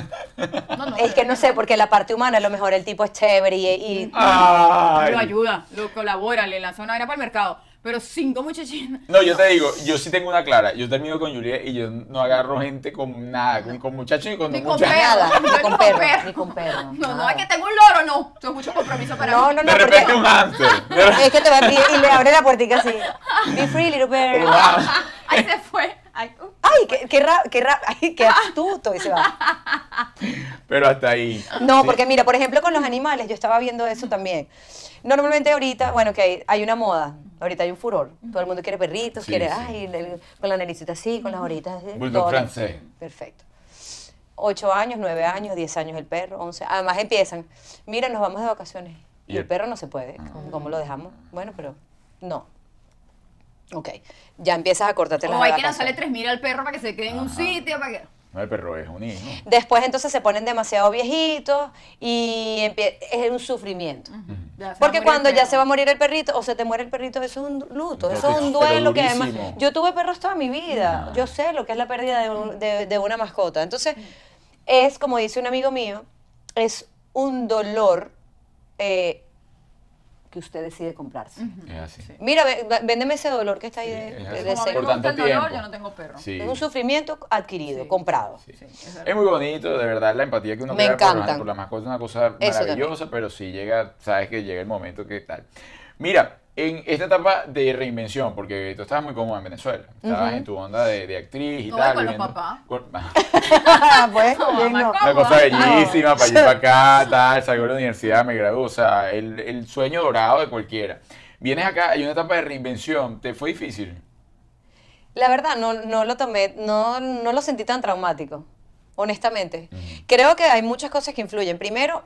No, no. es que no sé, porque la parte humana a lo mejor el tipo es chévere y, y- Ah, Ay. Lo ayuda, lo colabora, le lanza una vaina para el mercado. Pero cinco muchachinas. No, yo te digo, yo sí tengo una clara. Yo termino con Julia y yo no agarro gente con nada, con, con muchachos ni con Ni con muchachos. perro, Nada, ni yo con perro, ni con perro, No, no, nada. es que tengo un loro, no. Esto es mucho compromiso para No, mí. no, no, de repente un porque hamster. es que te va a abrir y le abre la puertica así. Be free, little bird. Ahí se fue. Ay, uh. Ay, qué, qué, ra- qué, ra- ay, Ah. qué astuto y se va. Pero hasta ahí. No, porque mira, por ejemplo, con los animales, yo estaba viendo eso también. Normalmente ahorita, bueno, que hay, hay una moda, ahorita hay un furor. Todo el mundo quiere perritos, Sí, quiere, sí. ay, el- con la naricita así, con las orejitas así. Bulldog todo. francés. Perfecto. Ocho años, nueve años, diez años el perro, once. Además empiezan, mira, nos vamos de vacaciones. Y Y el- Ah. el perro no se puede. ¿Cómo, cómo lo dejamos? Bueno, pero no. Ok, ya empiezas a cortarte las O hay que vacaciones. lanzarle tres mil al perro para que se quede en un sitio, para que. No, el perro es un hijo. Después entonces se ponen demasiado viejitos y empie- es un sufrimiento. Ya se va a Porque morir cuando el ya perro. se va a morir el perrito o se te muere el perrito, eso es un luto, eso es Entonces, un pero duelo que además... durísimo. Yo tuve perros toda mi vida, yo sé lo que es la pérdida de, un- de- de una mascota. Entonces, es, como dice un amigo mío, es un dolor eh, que usted decide comprarse. Es así. Mira, ve- ve- véndeme ese dolor que está ahí Sí, de, es de- Como a mí así. de ser- Por no me gusta tanto el dolor, tiempo. yo no tengo perro. Sí. Es un sufrimiento adquirido, comprado. Sí. Es muy bonito, de verdad, la empatía que uno Me crea por, la- encantan. por las mascotas es una cosa Eso maravillosa, pero sí llega, sabes que llega el momento que tal. Mira, en esta etapa de reinvención, porque tú estabas muy cómoda en Venezuela, estabas en tu onda de, de actriz y No, tal. con los viviendo- papás. con- Pues, No, mamá, ¿cómo? Una cosa Ah, bellísima, para allí para acá, tal, salgo de la universidad, me graduó, o sea, el, el sueño dorado de cualquiera. Vienes acá, hay una etapa de reinvención, ¿te fue difícil? La verdad, no, no lo tomé, no, no lo sentí tan traumático, honestamente. Creo que hay muchas cosas que influyen. Primero,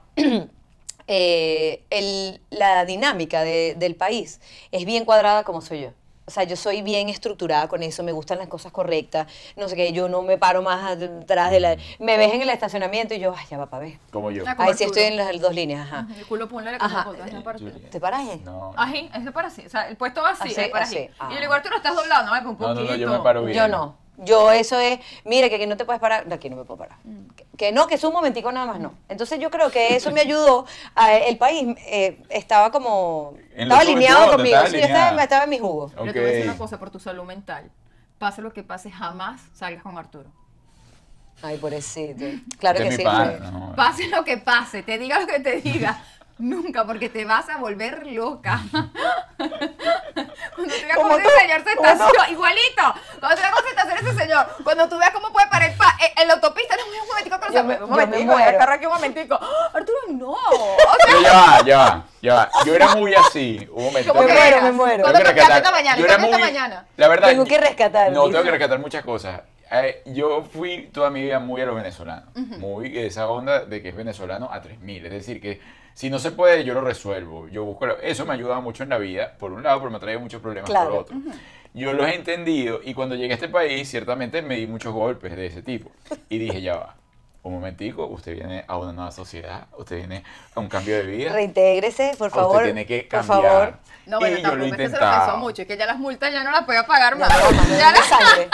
eh, el- la dinámica de- del país es bien cuadrada como soy yo. O sea, yo soy bien estructurada con eso, me gustan las cosas correctas, no sé qué, yo no me paro más atrás de la... Me ves en el estacionamiento y yo, ay, ya va para ver. como yo. Ahí sí estoy en las dos líneas, ajá. El culo ponle la Ajá. cosa, es la parte. Juliet. ¿Te paras ahí? No. Ají, es de para así. O sea, el puesto va así, Así, es para así. así. Y Ah. yo le digo, Arturo, estás doblando, ay, pues un No, no, poquito. no, yo me paro bien. Yo no. Yo eso es, mira que aquí no te puedes parar, aquí no me puedo parar. Mm. Que, que no, que es un momentico nada más, no. Entonces yo creo que eso me ayudó, a- el país eh, estaba como, En lo estaba sobre alineado todo, conmigo, estaba Sí, yo estaba, alineada. estaba en mi jugo. Pero te voy a decir Ok. una cosa, por tu salud mental. Pase lo que pase, jamás salgas con Arturo. Ay, pobrecito. Claro Este que es sí. mi pan, fue- no. Pase lo que pase, te diga lo que te diga. Nunca, porque te vas a volver loca. Cuando tú veas cómo ¿Cómo ese no? señor se ¿Cómo no? estaciona, igualito. Cuando tú veas cómo se estaciona ese señor, cuando tú veas cómo puede parar el pa- eh, en la autopista, no, un momentico, Yo cruzame, me- un yo me momentico, voy a muero. agarrar aquí un momentico. ¡Ah, Arturo, no. O sea, Pero ya va, ya va, ya va. Yo era muy así. Un momento. ¿cómo Me que tengo que- muero, eras? me muero. tengo ¿Cuándo que cambiaste rescatar. esta mañana? Yo era ¿Cambiaste esta muy- mañana? La verdad. Tengo que rescatar, No, tengo dice. que rescatar muchas cosas. Eh, yo fui toda mi vida muy a lo venezolano. Muy esa onda de que es venezolano a 3000. Es decir, que si no se puede, yo lo resuelvo. Yo busco. la- Eso me ha ayudado mucho en la vida, por un lado, porque me ha traído muchos problemas Claro. por otro. Yo los he entendido y cuando llegué a este país, ciertamente me di muchos golpes de ese tipo. Y dije, ya va. Un momentico, usted viene a una nueva sociedad, usted viene a un cambio de vida. Reintégrese, por Ah, favor. Usted tiene que por cambiar. favor. No, y bueno, yo lo tampoco he es que se lo pensó intentado. mucho, es que ya las multas ya no las podía pagar No, más. no, no, Ya de las- sangre.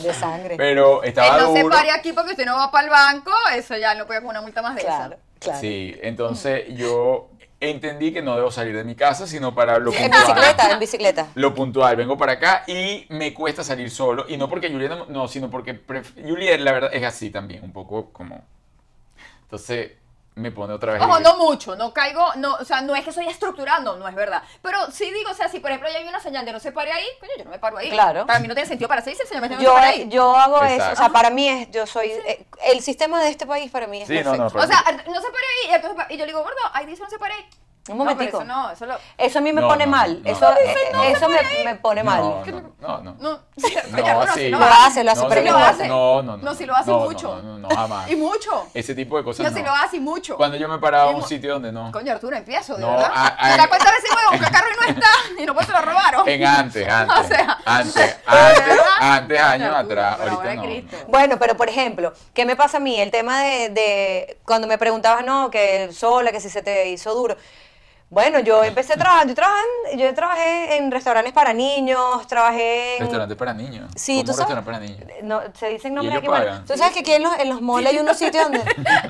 De sangre. Pero estaba que no se duro. pare aquí porque usted no va para el banco, eso ya no puede con una multa más de claro, esa. claro. Sí, entonces yo entendí que no debo salir de mi casa, sino para lo En puntual. bicicleta, en bicicleta. Lo puntual, vengo para acá y me cuesta salir solo. Y no porque Juliet, no- no, sino porque pref- Juliet, la verdad, es así también, un poco como. Entonces me pone otra vez. Ojo, el- no mucho, no caigo, no, o sea, no es que soy estructurando, no es verdad. Pero sí digo, o sea, si por ejemplo ya hay una señal de no se pare ahí, coño, yo no me paro ahí. Claro. Para mí no tiene sentido para seguir, si el señor me dice no Yo, se para ahí. yo hago eso, o sea, Exacto. para mí es, yo soy, eh, el sistema de este país para mí es Sí, no, no, perfecto. pero- o sea, no se pare ahí, y, entonces pa- y yo le digo, gordo, ahí dice no se pare ahí. Un No, pero momentico. eso no, eso lo... Eso a mí me No, pone no, mal. no. eso eh, eso me, me pone mal. No, no, no. no. No, No, no, sí. si no Lo va. hace, lo hace, No, pero sí no lo lo hace. hace. No, no, no. No, sí lo hace no, no, mucho. No, no, Eh, no, jamás. Y mucho. Ese tipo de cosas. No, si lo hace y mucho. Cuando yo me paraba en un Y mu- sitio donde no. Coño, Arturo, empiezo, de No, ah, verdad. a- a- ¿Te das cuenta a veces voy a buscar carro y no está? Y no pues se lo robaron. En antes, antes. O sea, antes, antes, ¿verdad? antes, años Arturo, atrás. pero Ahorita ahora no. Cristo. Bueno, pero por ejemplo, ¿qué me pasa a mí? El tema de, de cuando me preguntabas, no, que sola, que si se te hizo duro. Bueno, yo empecé trabajando, yo trabajé, en- yo trabajé en restaurantes para niños, trabajé en... Restaurante para niños. Sí, ¿Cómo tú un sabes. Restaurante para niños. No, se dicen nombres ellos aquí, bueno, pagan. Tú sabes que aquí en los, en los malls hay unos sitios donde...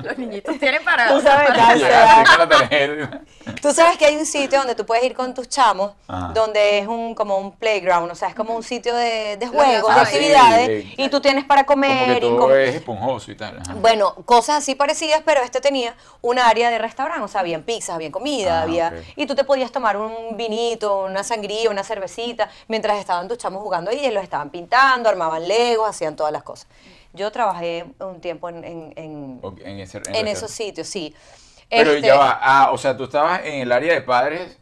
Los niñitos tienen para... Tú sabes, ya Llegaste sea- con la tarjeta. Tú sabes que hay un sitio donde tú puedes ir con tus chamos, Ajá. donde es un como un playground, o sea, es como un sitio de, de juegos, de Ah, sí, actividades, de- y tú tienes para Como que comer. y todo com- es esponjoso y tal. ajá. Bueno, cosas así parecidas, pero este tenía un área de restaurante, o sea, habían pizzas, habían comida, Ah, había... ok. Y tú te podías tomar un vinito, una sangría, una cervecita, mientras estaban tus chamos jugando ahí, ellos los estaban pintando, armaban legos, hacían todas las cosas. Yo trabajé un tiempo en, en- en- Ok, En, ese, en en restaurante. esos sitios, sí. Pero Este- ya va. Ah, o sea, tú estabas en el área de padres.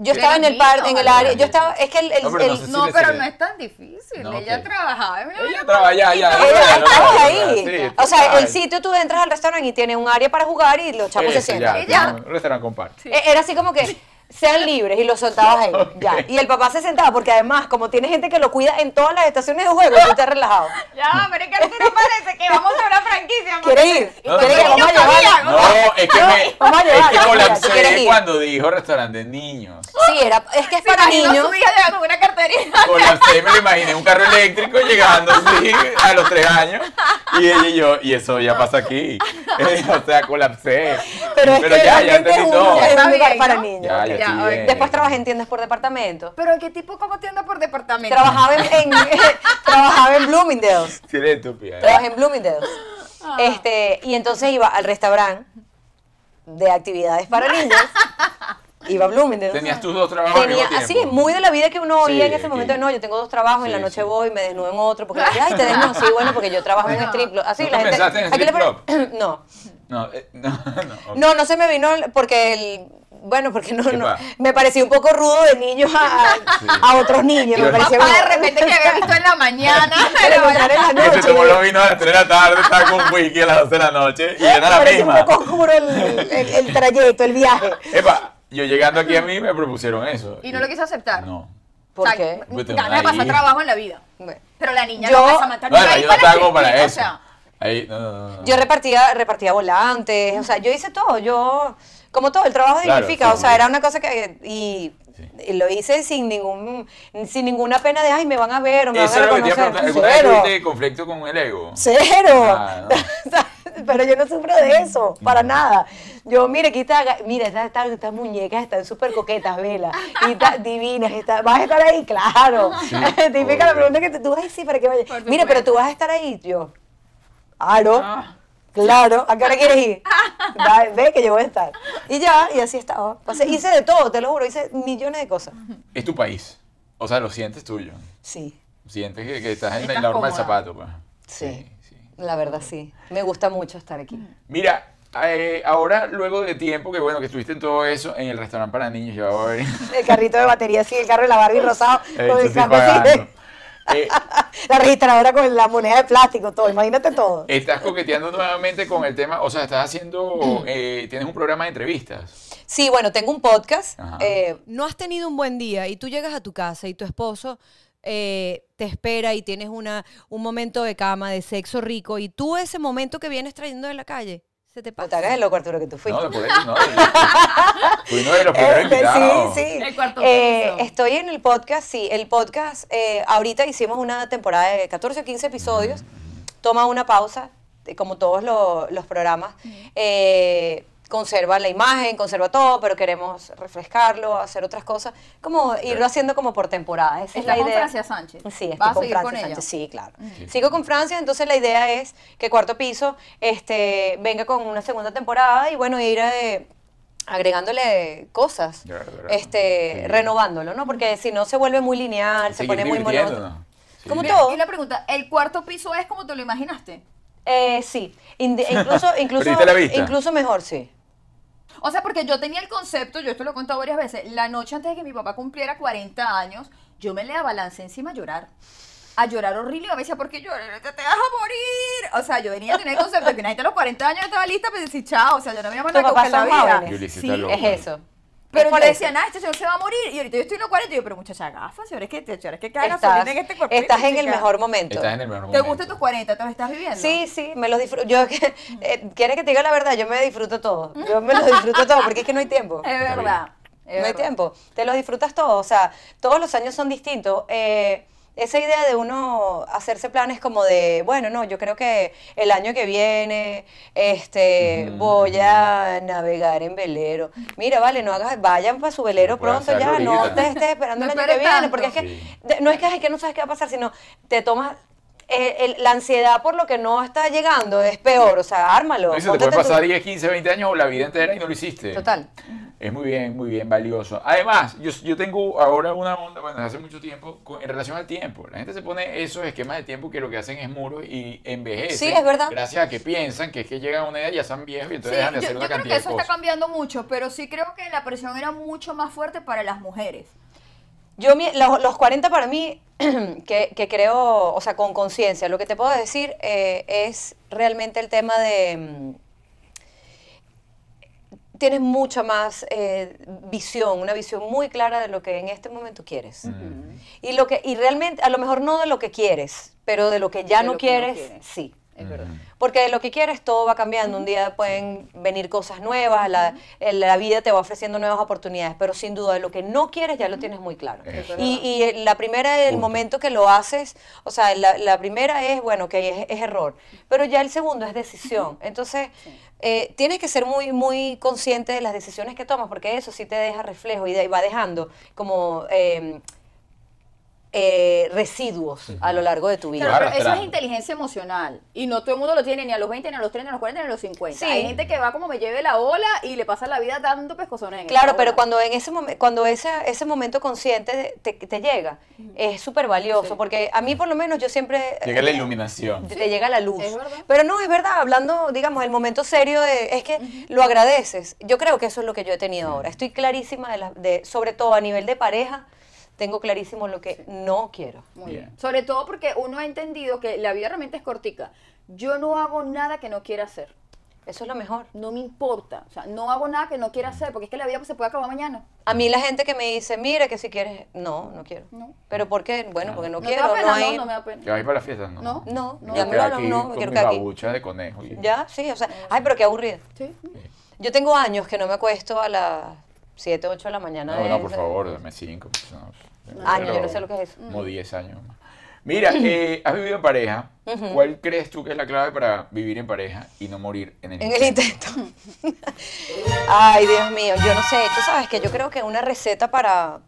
Yo estaba en el par, en el Pero área, niño. yo estaba, es que el, el- No, pero no el- sé si No, le pero sirve. no es tan difícil. No, Ella ok. trabajaba en una Ella trabaja ya, ya. ya, Ella ya, estaba ya, ya, ahí. sí, o sea, el total. sitio tú entras al restaurante y tiene un área para jugar y los chamos se Eso, sientan. ya, Ella- tiene Un restaurante comparte. E- Era así como que sean libres y los soltabas ahí. Ok. Ya. Y el papá se sentaba porque además, como tiene gente que lo cuida en todas las estaciones de juego, tú estás relajado. Ya, pero es que Arturo parece que vamos a una franquicia. ¿Quieres ir? No, ¿Quieres no, ir? Vamos a no, llevarla. No, es que No, me. vamos a es llevar, que vamos a llevar, ¿tú quieres colapsé ir? cuando dijo restaurante de niños. Sí, era, es que es para niños. su hija llegando con una carterita. Colapsé, me lo imaginé. Un carro eléctrico llegando así a los tres años. Y ella y yo, y eso ya pasa aquí. o sea, colapsé. Pero es que ya, ya realmente entendí es un- todo. es Está un lugar bien, para ¿no? niños. Ya, ya, Ya, estoy ok. bien. Después trabajé en tiendas por departamento. Pero ¿qué tipo cómo tienda por departamento? Trabajaba en, en- trabajaba en Bloomingdale's. Sí, eres estúpida. Trabajé en Bloomingdale's. Ah. Este, y entonces iba al restaurante de actividades para niños. Iba a Bloomingdale's. Tenías tus dos trabajos al Tenía- mismo así, tiempo. muy de la vida que uno Sí, oía en ese que- momento, no, yo tengo dos trabajos, en la Sí, noche sí. voy, me desnudo en otro, porque la gente, ay, te desnudo, sí, bueno, porque yo trabajo en un strip club. Así ¿No la gente. comenzaste en aquí le strip pare- no, No, eh, no, no. ok. no, no se me vino el- porque el- bueno, porque no, ¿Qué no- pa? me parecía un poco rudo de niños a, a otros niños. Me Los parecía Papá como- de repente que había visto en la mañana. me lo pero encontraré en la Que noche. se tomó los vinos a las 3 de la tarde, estaba con whisky a las 12 de la noche y Me era la parecía misma. un poco oscuro el, el- el trayecto, el viaje. Epa, yo llegando aquí a mí me propusieron eso. Y no lo quise aceptar. No. ¿Por o sea, qué? Vete Ganas de ahí. pasar trabajo en la vida. Bueno. Pero la niña Yo- no pasa más No, era, yo no estaba como para eso. Ahí, no, no, no, no. Yo repartía, repartía volantes, o sea, yo hice todo, yo, como todo, el trabajo Claro, dignifica, sí, o sea, sí. era una cosa que, y, Sí. y lo hice sin ningún, sin ninguna pena de, ay, me van a ver o me Eso van era lo a que te iba a preguntar. ¿Alguna reconocer, vez cero, tuviste conflicto con el ego? cero, Ah, pero yo no sufro de eso, Mm. para nada, yo, mire, aquí está, mira, estas, estas- estas muñecas están súper coquetas, vela, y están divinas, está- vas a estar ahí, claro, típica la obvio. pregunta que te- tú, ay, sí, para que vaya, tu mire, pero tú vas a estar ahí, yo, Claro, claro. ¿A qué hora quieres ir? Va, Ve que yo voy a estar. Y ya, y así estaba. Pasé- hice de todo, te lo juro, hice millones de cosas. Es tu país. O sea, lo sientes tuyo. Sí, Sientes que, que estás en Estás la norma del cómoda. zapato. Pues. sí, sí. la verdad sí. Me gusta mucho estar aquí. Mira, eh, ahora luego de tiempo que bueno que estuviste en todo eso, en el restaurante para niños, ya va a ver. El carrito de batería, sí, el carro de la Barbie rosado, Eh, con yo el estoy carro así. pagando. Eh, La registradora con la moneda de plástico, todo, imagínate todo. Eh, estás coqueteando nuevamente con el tema, o sea, estás haciendo, eh, tienes un programa de entrevistas. Sí, bueno, tengo un podcast. Ajá. eh, no has tenido un buen día y tú llegas a tu casa y tu esposo eh, te espera y tienes una, un momento de cama, de sexo rico, y tú ese momento que vienes trayendo de la calle, se te no te pasa. hagas el loco, Arturo, que tú fuiste. No, de por eso, no. Fui uno de los primeros Este, invitados. Sí, sí. El cuarto Eh, piso. estoy en el podcast, sí. El podcast, eh, ahorita hicimos una temporada de 14 o 15 episodios. Toma una pausa, eh, como todos lo- los programas. Eh, conserva la imagen, conserva todo, pero queremos refrescarlo, hacer otras cosas. Como irlo haciendo como por temporada. Esa es Está la con idea. Francia Sánchez. Sí, estoy ¿Vas a con seguir Francia con ella? Sánchez, sí, claro. Sí. Sigo con Francia, entonces la idea es que Cuarto Piso este, venga con una segunda temporada y bueno, ir eh, agregándole cosas, Ya, verdad. este, Sí. renovándolo, ¿no? Porque si no se vuelve muy lineal, se Seguir pone muy divirtiéndonos. monótono. Sí. Como Mira, todo. Y la pregunta, ¿el cuarto piso es como te lo imaginaste? Eh, sí, Inde- e incluso, incluso, Perdiste la vista. incluso mejor, sí. O sea, porque yo tenía el concepto, yo esto lo he contado varias veces, la noche antes de que mi papá cumpliera 40 años, yo me le abalancé encima a llorar. A llorar horrible, y me decía, ¿por qué lloras? Te, te vas a morir. O sea, yo venía a tener el concepto de que nadie a los 40 años yo estaba lista, pero decía, chao, o sea, yo no me iba a Tus nada papás con la son vida. jóvenes. Yulisa Sí, está loca. es eso. Pero yo le decía, nada, este señor se va a morir. Y ahorita yo estoy en los 40, y yo, pero muchacha, gafas, señores, que te señores, que cae estás, gasolina en este cuerpo. estás en el mejor momento. Estás en el mejor ¿Te momento. gustan tus 40? ¿Te los estás viviendo? Sí, sí, me los disfruto. Yo, eh, ¿Quieres que te diga la verdad? Yo me disfruto todo. Yo me lo disfruto todo porque es que no hay tiempo. Es verdad. es No hay verdad. tiempo. Te los disfrutas todos. O sea, todos los años son distintos. Eh, esa idea de uno hacerse planes como de, bueno, no, yo creo que el año que viene este, Ujú. voy a navegar en velero. Mira, vale, no hagas, vayan para su velero Puedes pronto ya, hacerlo no ahorita. te estés esperando No el año que esperes viene, tanto. porque es que, Sí. de- no es que, ay, que no sabes qué va a pasar, sino te tomas, eh, el- la ansiedad por lo que no está llegando es peor, o sea, ármalo. No, Eso te póntete puede en tu- pasar 10, 15, 20 años o la vida entera y no lo hiciste. Total. Es muy bien, muy bien, valioso. Además, yo, yo tengo ahora una onda, bueno, desde hace mucho tiempo, con- en relación al tiempo. La gente se pone esos esquemas de tiempo que lo que hacen es muros y envejecen. Sí, es verdad. Gracias a que piensan que es que llegan a una edad y ya son viejos y Sí, entonces dejan de yo, hacer yo una creo cantidad que eso de está cosas. cambiando mucho, pero sí creo que la presión era mucho más fuerte para las mujeres. Yo, mi- los, los 40 para mí, que, que creo, o sea, con conciencia, lo que te puedo decir eh, es realmente el tema de... mm, Tienes mucha más eh, visión, una visión muy clara de lo que en este momento quieres. Y lo que y realmente, a lo mejor no de lo que quieres, pero de lo que ya De no lo que no quieres, quieres. sí. Es Mm. verdad. Porque de lo que quieres todo va cambiando. Un día pueden venir cosas nuevas, la, el- la vida te va ofreciendo nuevas oportunidades, pero sin duda de lo que no quieres ya lo tienes muy claro. Eso. Y, y, eh, la primera, el Punto. momento que lo haces, o sea, la, la primera es, bueno, que es, es error, pero ya el segundo es decisión. Entonces, eh, tienes que ser muy, muy consciente de las decisiones que tomas, porque eso sí te deja reflejo y de- y va dejando como... eh, em, eh, residuos a lo largo de tu vida. Claro, pero eso es arrastrando. inteligencia emocional. Y no todo el mundo lo tiene, ni a los 20, ni a los 30, ni a los 40, ni a los 50. Sí. Hay gente que va como me lleve la ola y le pasa la vida dando pescozones en Claro, esa pero ola. cuando en ese momento, cuando ese, ese momento consciente de- te, te llega, es súper valioso, porque a mí por lo menos yo siempre eh, Llega la iluminación. te, te llega la luz. es verdad. Pero no, es verdad, hablando, digamos, el momento serio de- es que lo agradeces. Yo creo que eso es lo que yo he tenido ahora. Estoy clarísima, de la- de, sobre todo a nivel de pareja, tengo clarísimo lo que no quiero. Muy Bien. bien. Sobre todo porque uno ha entendido que la vida realmente es cortica. Yo no hago nada que no quiera hacer. Eso es lo mejor. No me importa. O sea, no hago nada que no quiera hacer porque es que la vida pues, se puede acabar mañana. A mí la gente que me dice, mira, que si quieres, no, no quiero. ¿Pero por qué? Bueno, porque No, no, te quiero, da pena, no no, hay... no me da pena. ¿Te vas a ir para la fiesta? No. No. No, Yo ya me me quedo aquí lo hablo, no, me con quiero mi quedar aquí. babucha de conejo. y- Ya, sí, o sea, ay, pero qué aburrida. Sí. Yo tengo años que no me acuesto a las 7, 8 de la mañana. No, de- no, por favor, dame cinco. pues, no, pues, Años, pero yo no sé lo que es Mm. eso. Como diez años. más. Mira, eh, has vivido en pareja. ¿Cuál crees tú que es la clave para vivir en pareja y no morir en el En el intento. Ay, Dios mío, yo no sé, tú sabes que yo creo que una receta para,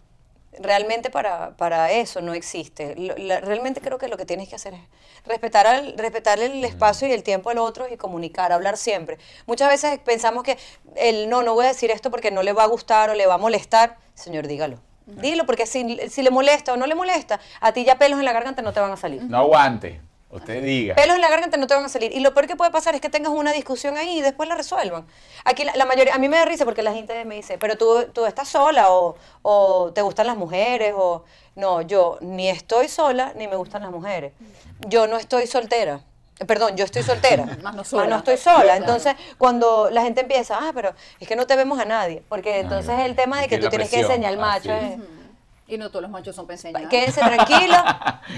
realmente para, para eso no existe. Lo- la- realmente creo que lo que tienes que hacer es respetar, al, respetar el espacio y el tiempo del otro y comunicar, hablar siempre. Muchas veces pensamos que el no, no voy a decir esto porque no le va a gustar o le va a molestar. Señor, dígalo. Dilo, porque si, si le molesta o no le molesta, a ti ya pelos en la garganta no te van a salir. No aguante. Usted diga. Pelos en la garganta no te van a salir. Y lo peor que puede pasar es que tengas una discusión ahí y después la resuelvan. Aquí la, la mayoría, a mí me da risa porque la gente me dice, pero tú, tú estás sola o, o te gustan las mujeres o... No, yo ni estoy sola ni me gustan las mujeres. Yo no estoy soltera. Eh, Perdón, yo estoy soltera. Más no Más sola. no estoy sola. Entonces, cuando la gente empieza, ah, pero es que no te vemos a nadie. Porque entonces el tema de Y que que tú la tienes presión, que enseñar al ah, macho sí. es, Y no todos los machos son penseñados. Quédense tranquilos.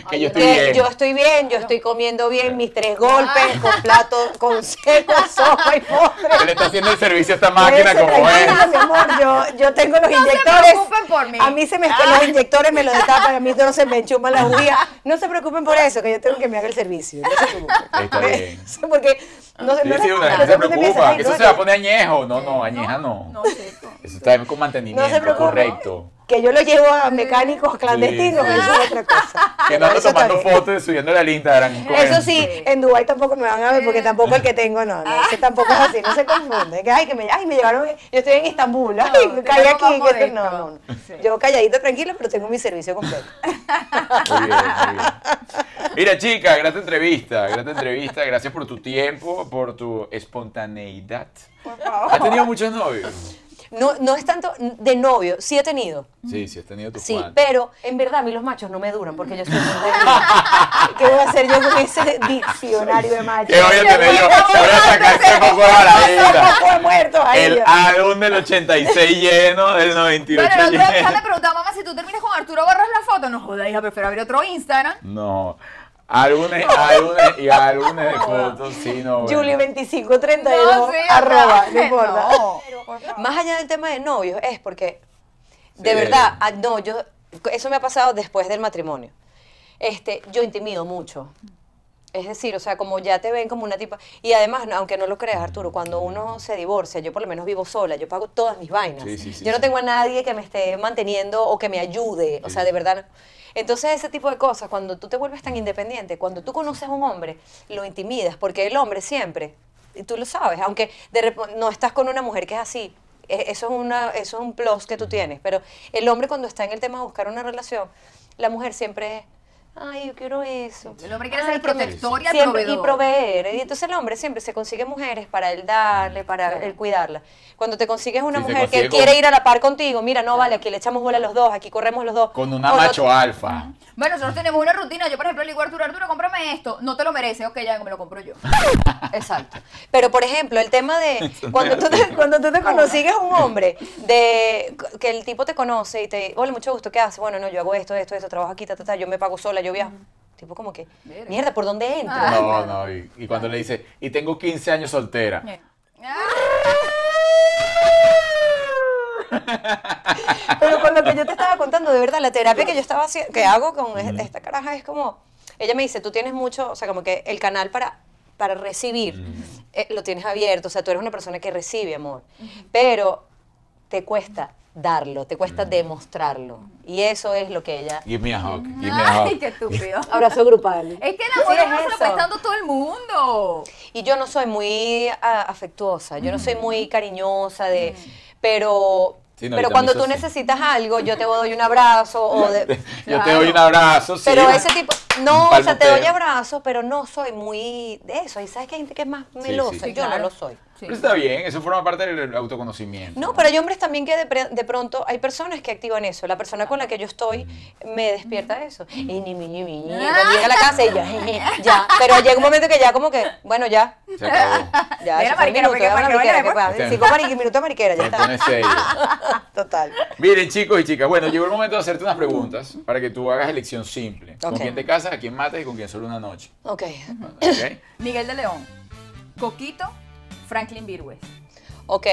Que yo estoy bien. Yo estoy bien, yo estoy comiendo bien mis tres Ah. golpes con plato, con seco, sopa y postre. Él está haciendo el servicio a esta máquina Quédense como es. tranquilos, mi amor, yo, yo tengo los No se inyectores. preocupen por mí. Ah. A mí se me, los inyectores me los destapan, a mí no se me enchuman las judías. No se preocupen por eso, que yo tengo que me haga el servicio. No se preocupen. Está bien. Sí, Porque no se, Sí, no sí, una les- no gente se preocupen, piensen, preocupa, "Ay, que eso no, se va a yo- poner añejo. No, no, añejo no. No, chico. Eso está con No se mantenimiento, preocupen. correcto. Que yo lo llevo a mecánicos clandestinos, eso es otra cosa. Que no ando Ah, Eso tomando también. fotos y subiéndola al Instagram. con Eso él. sí, en Dubái tampoco me van a ver porque tampoco el que tengo, no, no, ese tampoco es así, no se confunde. Que, ay, que me, ay, me llevaron, yo estoy en Estambul, ay, No, caí te aquí, vemos más que esto- no, modesto. no, no. Yo calladita, tranquila, pero tengo mi servicio completo. Muy bien, muy bien. Mira, chica, grata entrevista, grata entrevista. Gracias por tu tiempo, por tu espontaneidad. ¿Has tenido muchos novios? No, no es tanto de novio, sí he tenido, Sí, sí, has tenido tus sí, cuantos. pero en verdad a mí los machos no me duran porque yo soy muy débil. ¿Qué voy a hacer yo con ese diccionario de machos? ¿Qué voy a tener yo? Voy a sacar este poco de Poco de muertos ahí, El Dios. álbum del 86 lleno, del 98 Pero el otro día me lleno. preguntaba, mamá, si tú terminas con Arturo, borras la foto. No jodas, hija, prefiero abrir otro Instagram. No. Álbumes, álbumes y álbumes de fotos, sí, no. bueno. Julie 2532 No, sí, arroba, no, no importa. Oh. no. Más allá del tema de novios, es porque, de Sí. verdad, ah, no, yo, eso me ha pasado después del matrimonio. Este, yo intimido mucho. Es decir, o sea, como ya te ven como una tipa. Y además, no, aunque no lo creas, Arturo, cuando uno se divorcia, yo por lo menos vivo sola, yo pago todas mis vainas. Sí, sí, sí, yo no sí. tengo a nadie que me esté manteniendo o que me ayude. O sea, de verdad. Entonces, ese tipo de cosas, cuando tú te vuelves tan independiente, cuando tú conoces a un hombre, lo intimidas, porque el hombre siempre, y tú lo sabes, aunque de rep- no estás con una mujer que es así, e- eso es, una, eso es un plus que tú tienes, pero el hombre cuando está en el tema de buscar una relación, la mujer siempre es, ay, yo quiero eso. El hombre quiere Ay, ser el que me- protector y el Siempre- proveedor. Y proveer. Y entonces el hombre siempre se consigue mujeres para él darle, para él cuidarla. Cuando te consigues una Sí, Mm, se mujer que consigue con- quiere ir a la par contigo, mira, no vale, aquí le echamos bola los dos, aquí corremos los dos. Con una O no- macho alfa. Bueno, nosotros tenemos una rutina. Yo, por ejemplo, le digo a Arturo, Arturo, cómprame esto. No te lo mereces. Ok, ya me lo compro yo. ah. Exacto. Pero, por ejemplo, el tema de cuando tú te, cuando tú te consigues un hombre, de que el tipo te conoce y te hola, mucho gusto, ¿qué haces? Bueno, no, yo hago esto, esto, esto, trabajo aquí, ta, ta, ta, yo me pago sola, yo viajo. Tipo como que, mierda, ¿por dónde entro? No, no. Y, y cuando le dice, y tengo 15 años soltera. Pero con lo que yo te estaba contando, de verdad, la terapia que yo estaba haciendo, que hago con es- esta caraja es como, ella me dice, tú tienes mucho, o sea, como que el canal para, para recibir, eh, lo tienes abierto, o sea, tú eres una persona que recibe amor, pero te cuesta darlo, te cuesta demostrarlo. Y eso es lo que ella... Give me a hug. Give me a Ay, hug. qué estúpido. Abrazo grupal. Es que el amor Sí, es uno se lo eso. está dando todo el mundo. Y yo no soy muy a- afectuosa, yo no soy muy cariñosa de... Pero, Sí, no, pero ahorita cuando me tú hizo así. necesitas algo, yo te doy un abrazo o de... Este, Yo te doy un abrazo, sí. Pero ese tipo, no, Un o sea, te doy palmoteo. abrazos, pero no soy muy de eso. Y sabes que hay gente que es más melosa, sí. Sí, yo claro. no lo soy. Pero está bien, eso forma parte del autoconocimiento. No, pero hay hombres también que de, pre- de pronto hay personas que activan eso. La persona con la que yo estoy me despierta eso. Y ni mi ni mi ni. Cuando llega a Ah. la casa y yo, ya. Pero llega un momento que ya como que, bueno, ya. Se acabó. Ya, Mira, se fue el mariquera, minuto, mariquera, ya, mariquera, mariquera, ¿qué pasa? pues. Cinco mari- minutos mariquera, ya Me pone está. serio. Total. Miren, chicos y chicas, bueno, llegó el momento de hacerte unas preguntas para que tú hagas elección simple. ¿Con Ok. quién te casas, a quién matas y con quién solo una noche? Ok. ah, ¿Ok? Miguel de León, Coquito, Franklin Virgües. Ok.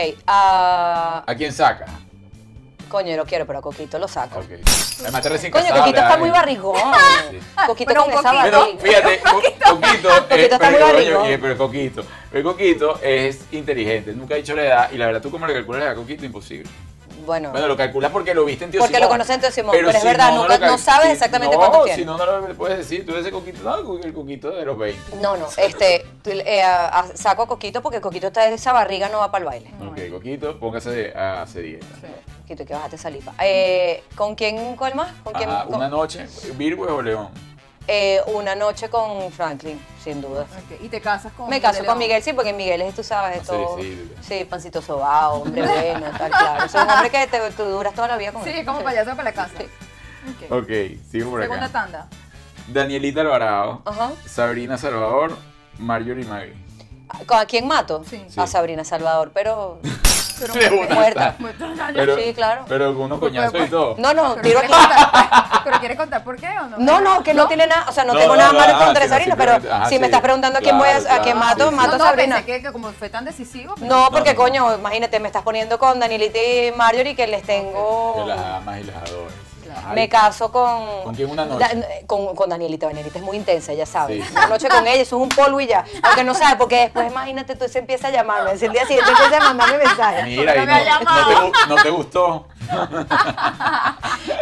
ah, ¿A quién sacas? coño, lo quiero, pero a Coquito lo saco. Ok. Además, te recién Coño, casada, Coquito está ¿verdad? muy barrigón. Sí. Coquito Ah, Pero con un esa coquito. Bueno, barriga. fíjate, Co- Coquito, eh, está pero, muy coño, barrigón. eh, pero Coquito, pero Coquito es inteligente, nunca ha dicho la edad y la verdad tú como le calculas a Coquito imposible. Bueno. Bueno, lo calculas porque lo viste en Tío Porque Simón. lo conoces en Tío Simón, pero es verdad, nunca- lo cal- no sabes si- exactamente no, cuánto tiene. si no, no lo puedes decir, tú ese Coquito, no, el Coquito de los 20. No, no, este, tú, eh, a- a- saco a Coquito porque Coquito está esa barriga no va para el baile. Ok, Coquito, póngase a hacer dieta. Coquito, que bajaste saliva. Eh, ¿Con quién, cuál más? ¿Con quién? Ajá, con- Ah, una noche, Virgo o León. eh, una noche con Franklin, sin duda. Ok, Y te casas con Me Miguel caso de León. con Miguel, sí, porque Miguel es, tú sabes, Ah, Sí, todo. sí. Sí, pancito sobao, hombre bueno, está claro. Es un hombre que te, tú duras toda la vida con él. Sí, es como payaso para la casa. Ok. Ok, sigo por Segunda acá. tanda. Danielita Alvarado, Ajá. Sabrina Salvador, Marjorie Magri. ¿Con a quién mato? Sí. A Sabrina Salvador, pero Pero De una. muerta. Pero, Sí, claro. pues, Pero con unos coñazos y todo. No, no, Pero tiro ¿quieres aquí. contar- ¿Pero quieres contar por qué o no? No, no, que no, tiene nada, o sea, no, No, tengo no, nada no, malo ajá, contra sino Sabrina, pero simplemente- ajá, si sí. me estás preguntando a quién voy Claro, a, a quién claro, mato, sí, sí. mato Ah, no, a Sabrina. pensé que, que como fue tan decisivo. pues- No, porque No, no. coño, imagínate, me estás poniendo con Danielita y Marjorie que les Que tengo... las amas y las adoras. Ay, Me caso con... ¿Con quién una noche? Da- con, con Danielita, Danielita es muy intensa, ya sabes. Sí. Una noche con ella, eso es un polvo y ya. Aunque no sabe, porque después, imagínate, tú se empieza a llamarme, si el día siguiente empieza a mandarme mensajes. Mira, y No me ha no, no, te, gu- no te gustó.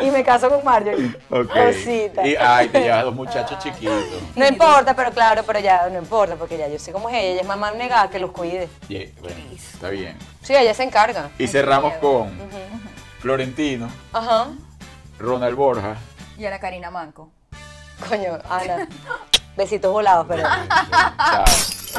Y me caso con Marjorie. Ok. Cosita. Y, ah. ay, te llevas dos muchachos chiquitos. No importa, pero claro, pero ya, no importa, porque ya yo sé cómo es ella, ella es mamá negada que los cuide. Ye- bueno, está bien. Sí, ella se encarga. Y cerramos con Florentino, Ajá. Ronald Borja. Y a la Karina Manco. Coño, Ana. Besitos volados, pero. Chao.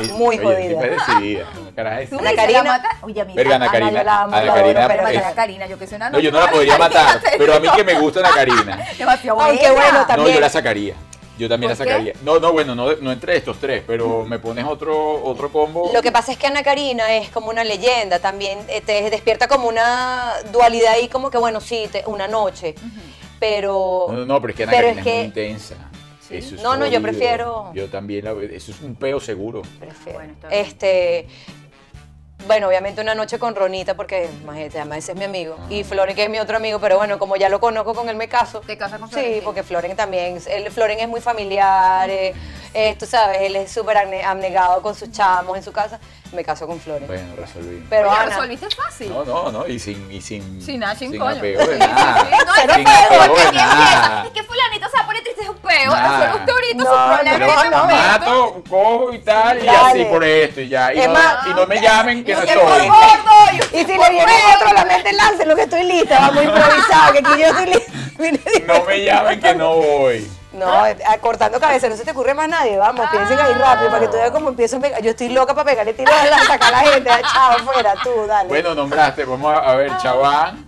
Y- Muy oye, jodida. siempre decidida. Carajo, ¿Tú esa- Ana dices, Karina- la mata? Oye, amiga, Verga, Ana Ana, yo la Karina. amo, Ana la Karina. adoro, pero Pero Ana es- Karina, yo que soy una No, yo no la podría matar, pero a mí que me gusta Ana Karina. Demasiado Ay, qué bella. bueno, también. No, yo la sacaría. Yo también la ¿Por qué? sacaría. No, no, bueno, no, no entre estos tres, pero me pones otro, otro combo. Lo que pasa es que Ana Karina es como una leyenda también, eh, te despierta como una dualidad ahí, como que bueno, sí, te- una noche. Pero. No, no, no, pero es que Ana pero Karina es es, que- muy intensa. Eso es No, no, yo jodido. prefiero- Yo también la Eso es un peo seguro. Prefiero. Bueno, está bien. este. Bueno, obviamente una noche con Ronita, porque imagínate, además ese es mi amigo. Ah. Y Floren, que es mi otro amigo, pero bueno, como ya lo conozco, con él me caso. Te casas con Sí, Florentino. porque Floren también. Él, Floren es muy familiar, eh, eh, tú sabes, él es súper agne- abnegado con sus chamos en su casa. Me caso con Floren. Bueno, resolví. pero Oye, Ana. resolviste fácil. No, no, no, y sin, y sin, Sin nada, sin coño. apego de Sí, nada. sí, sí. No, sin es que- apego de es que- nada. Es que fulanito se va a poner triste, es un peo. Nah. Resuelve usted ahorita No, sus problemas. Pero en este no, momento. mato, cojo y tal, y Dale. así por esto y ya. Y, Es no, más, y no me llamen que no que por estoy. Gordo, y- Y si le viene otro, la mente lance, lo que estoy lista, vamos improvisado, que aquí yo estoy lista. Mire, No me llamen que no voy. No, Ah. eh, cortando cabeza, no se te ocurre más nadie, vamos, piensen ahí rápido para que tú veas cómo empiezo a pegar. Yo estoy loca para pegarle tiros a la, sacar a la gente, ah, chao, fuera, tú, dale. Bueno, nombraste, vamos a, a ver, Ah. chaván.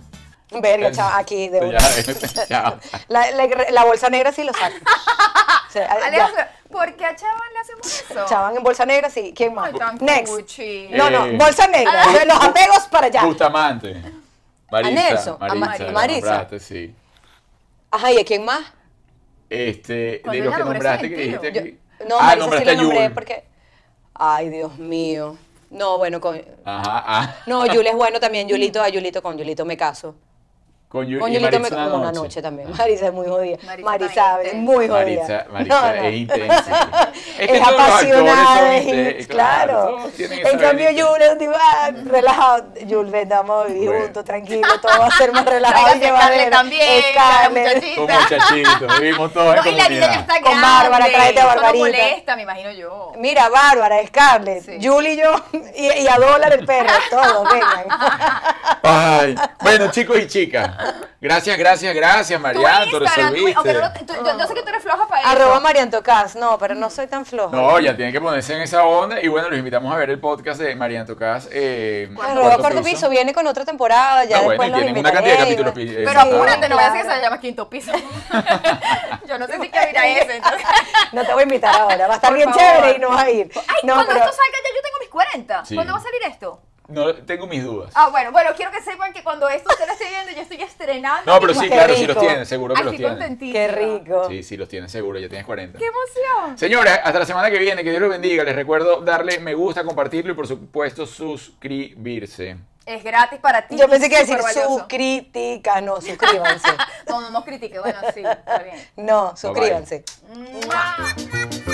Verga, chao, aquí, de una. Ya, chao. La, la- la bolsa negra sí lo saco. O sea, ah, ya. Alejandro, ¿por qué a Chaval le hacemos eso? Chaval en bolsa negra, sí. ¿Quién más? Ay, tan Next. cuchi. No, no, Eh, bolsa negra. Gu- Los apegos para allá. Bustamante. Marisa. Nelson, a Ma- Marisa. la Marisa. nombraste, sí. Ajá, ¿y a quién más? Este, de Cuando los la que nombré, nombraste ese que sentido. dijiste Yo- aquí. no, ah, Marisa sí nombraste la a Yul. nombré porque. Ay, Dios mío. No, bueno, con. Ajá, ah. No, Yul es bueno también, Yulito, a Yulito con Yulito me caso. Con Yu- Coño, y Lito me Maritza como una noche. noche también. Maritza es muy jodida. Maritza Maritza es también. muy jodida. Maritza, Maritza No, no. es intensa. Este que todos los es actores son apasionada, es inte- in- claro. todos tienen esa En cambio, vaina. Jules es un tipo, ah, relajado. Jules, ven, vamos a vivir Bueno. juntos, tranquilo, todo va a ser más relajado y Tráigase a Scarlett llevadero. también, Scarlett. a la muchachita. Con muchachitos, vivimos todos en No, y la niña ya comunidad. está grande. Con Bárbara, tráete eso a no Barbarita. molesta, me imagino yo. Mira, Bárbara, Scarlett, Sí. Julie y yo, y, y a dólar el perro, todos, vengan. Ay, bueno, chicos y chicas, gracias, gracias, gracias, Tu Mariana, tú Instagram, tu- aunque resolviste. no lo- tú- yo, yo sé que tú eres floja para eso. Arroba Mariantocas, no, pero no soy tan floja. No, ya tienen que ponerse en esa onda y bueno, los invitamos a ver el podcast de Mariana Tocas. Eh, Arroba Cuarto Piso viene con otra temporada, ya Ah, bueno, después y los tienen una cantidad de invitaré y capítulos bueno. pi- eh, Pero sacados. apúrate, no voy a decir que claro. se llama quinto piso. yo no sé si cabirá eso. Entonces. No te voy a invitar ahora, va a estar Por bien favor. chévere y no vas a ir. Ay, no, cuando pero esto salga ya yo tengo mis 40. Sí. ¿Cuándo va a salir esto? No, tengo mis dudas. Ah, bueno, bueno, quiero que sepan que cuando esto se lo esté viendo, yo estoy estrenando. No, pero sí, qué claro, sí los rico. tienen, seguro que los Aquí tienen. contentísima. qué rico. Sí, sí, los tienen seguro, ya tienes 40. ¡Qué emoción! Señores, hasta la semana que viene, que Dios los bendiga. Les recuerdo darle me gusta, compartirlo y por supuesto suscribirse. Es gratis para ti. Yo pensé que iba a decir supervalioso. sus críticas, no, Ah, suscríbanse. No, no nos critique, bueno, sí, está bien. No, bye. suscríbanse. ¡Mua!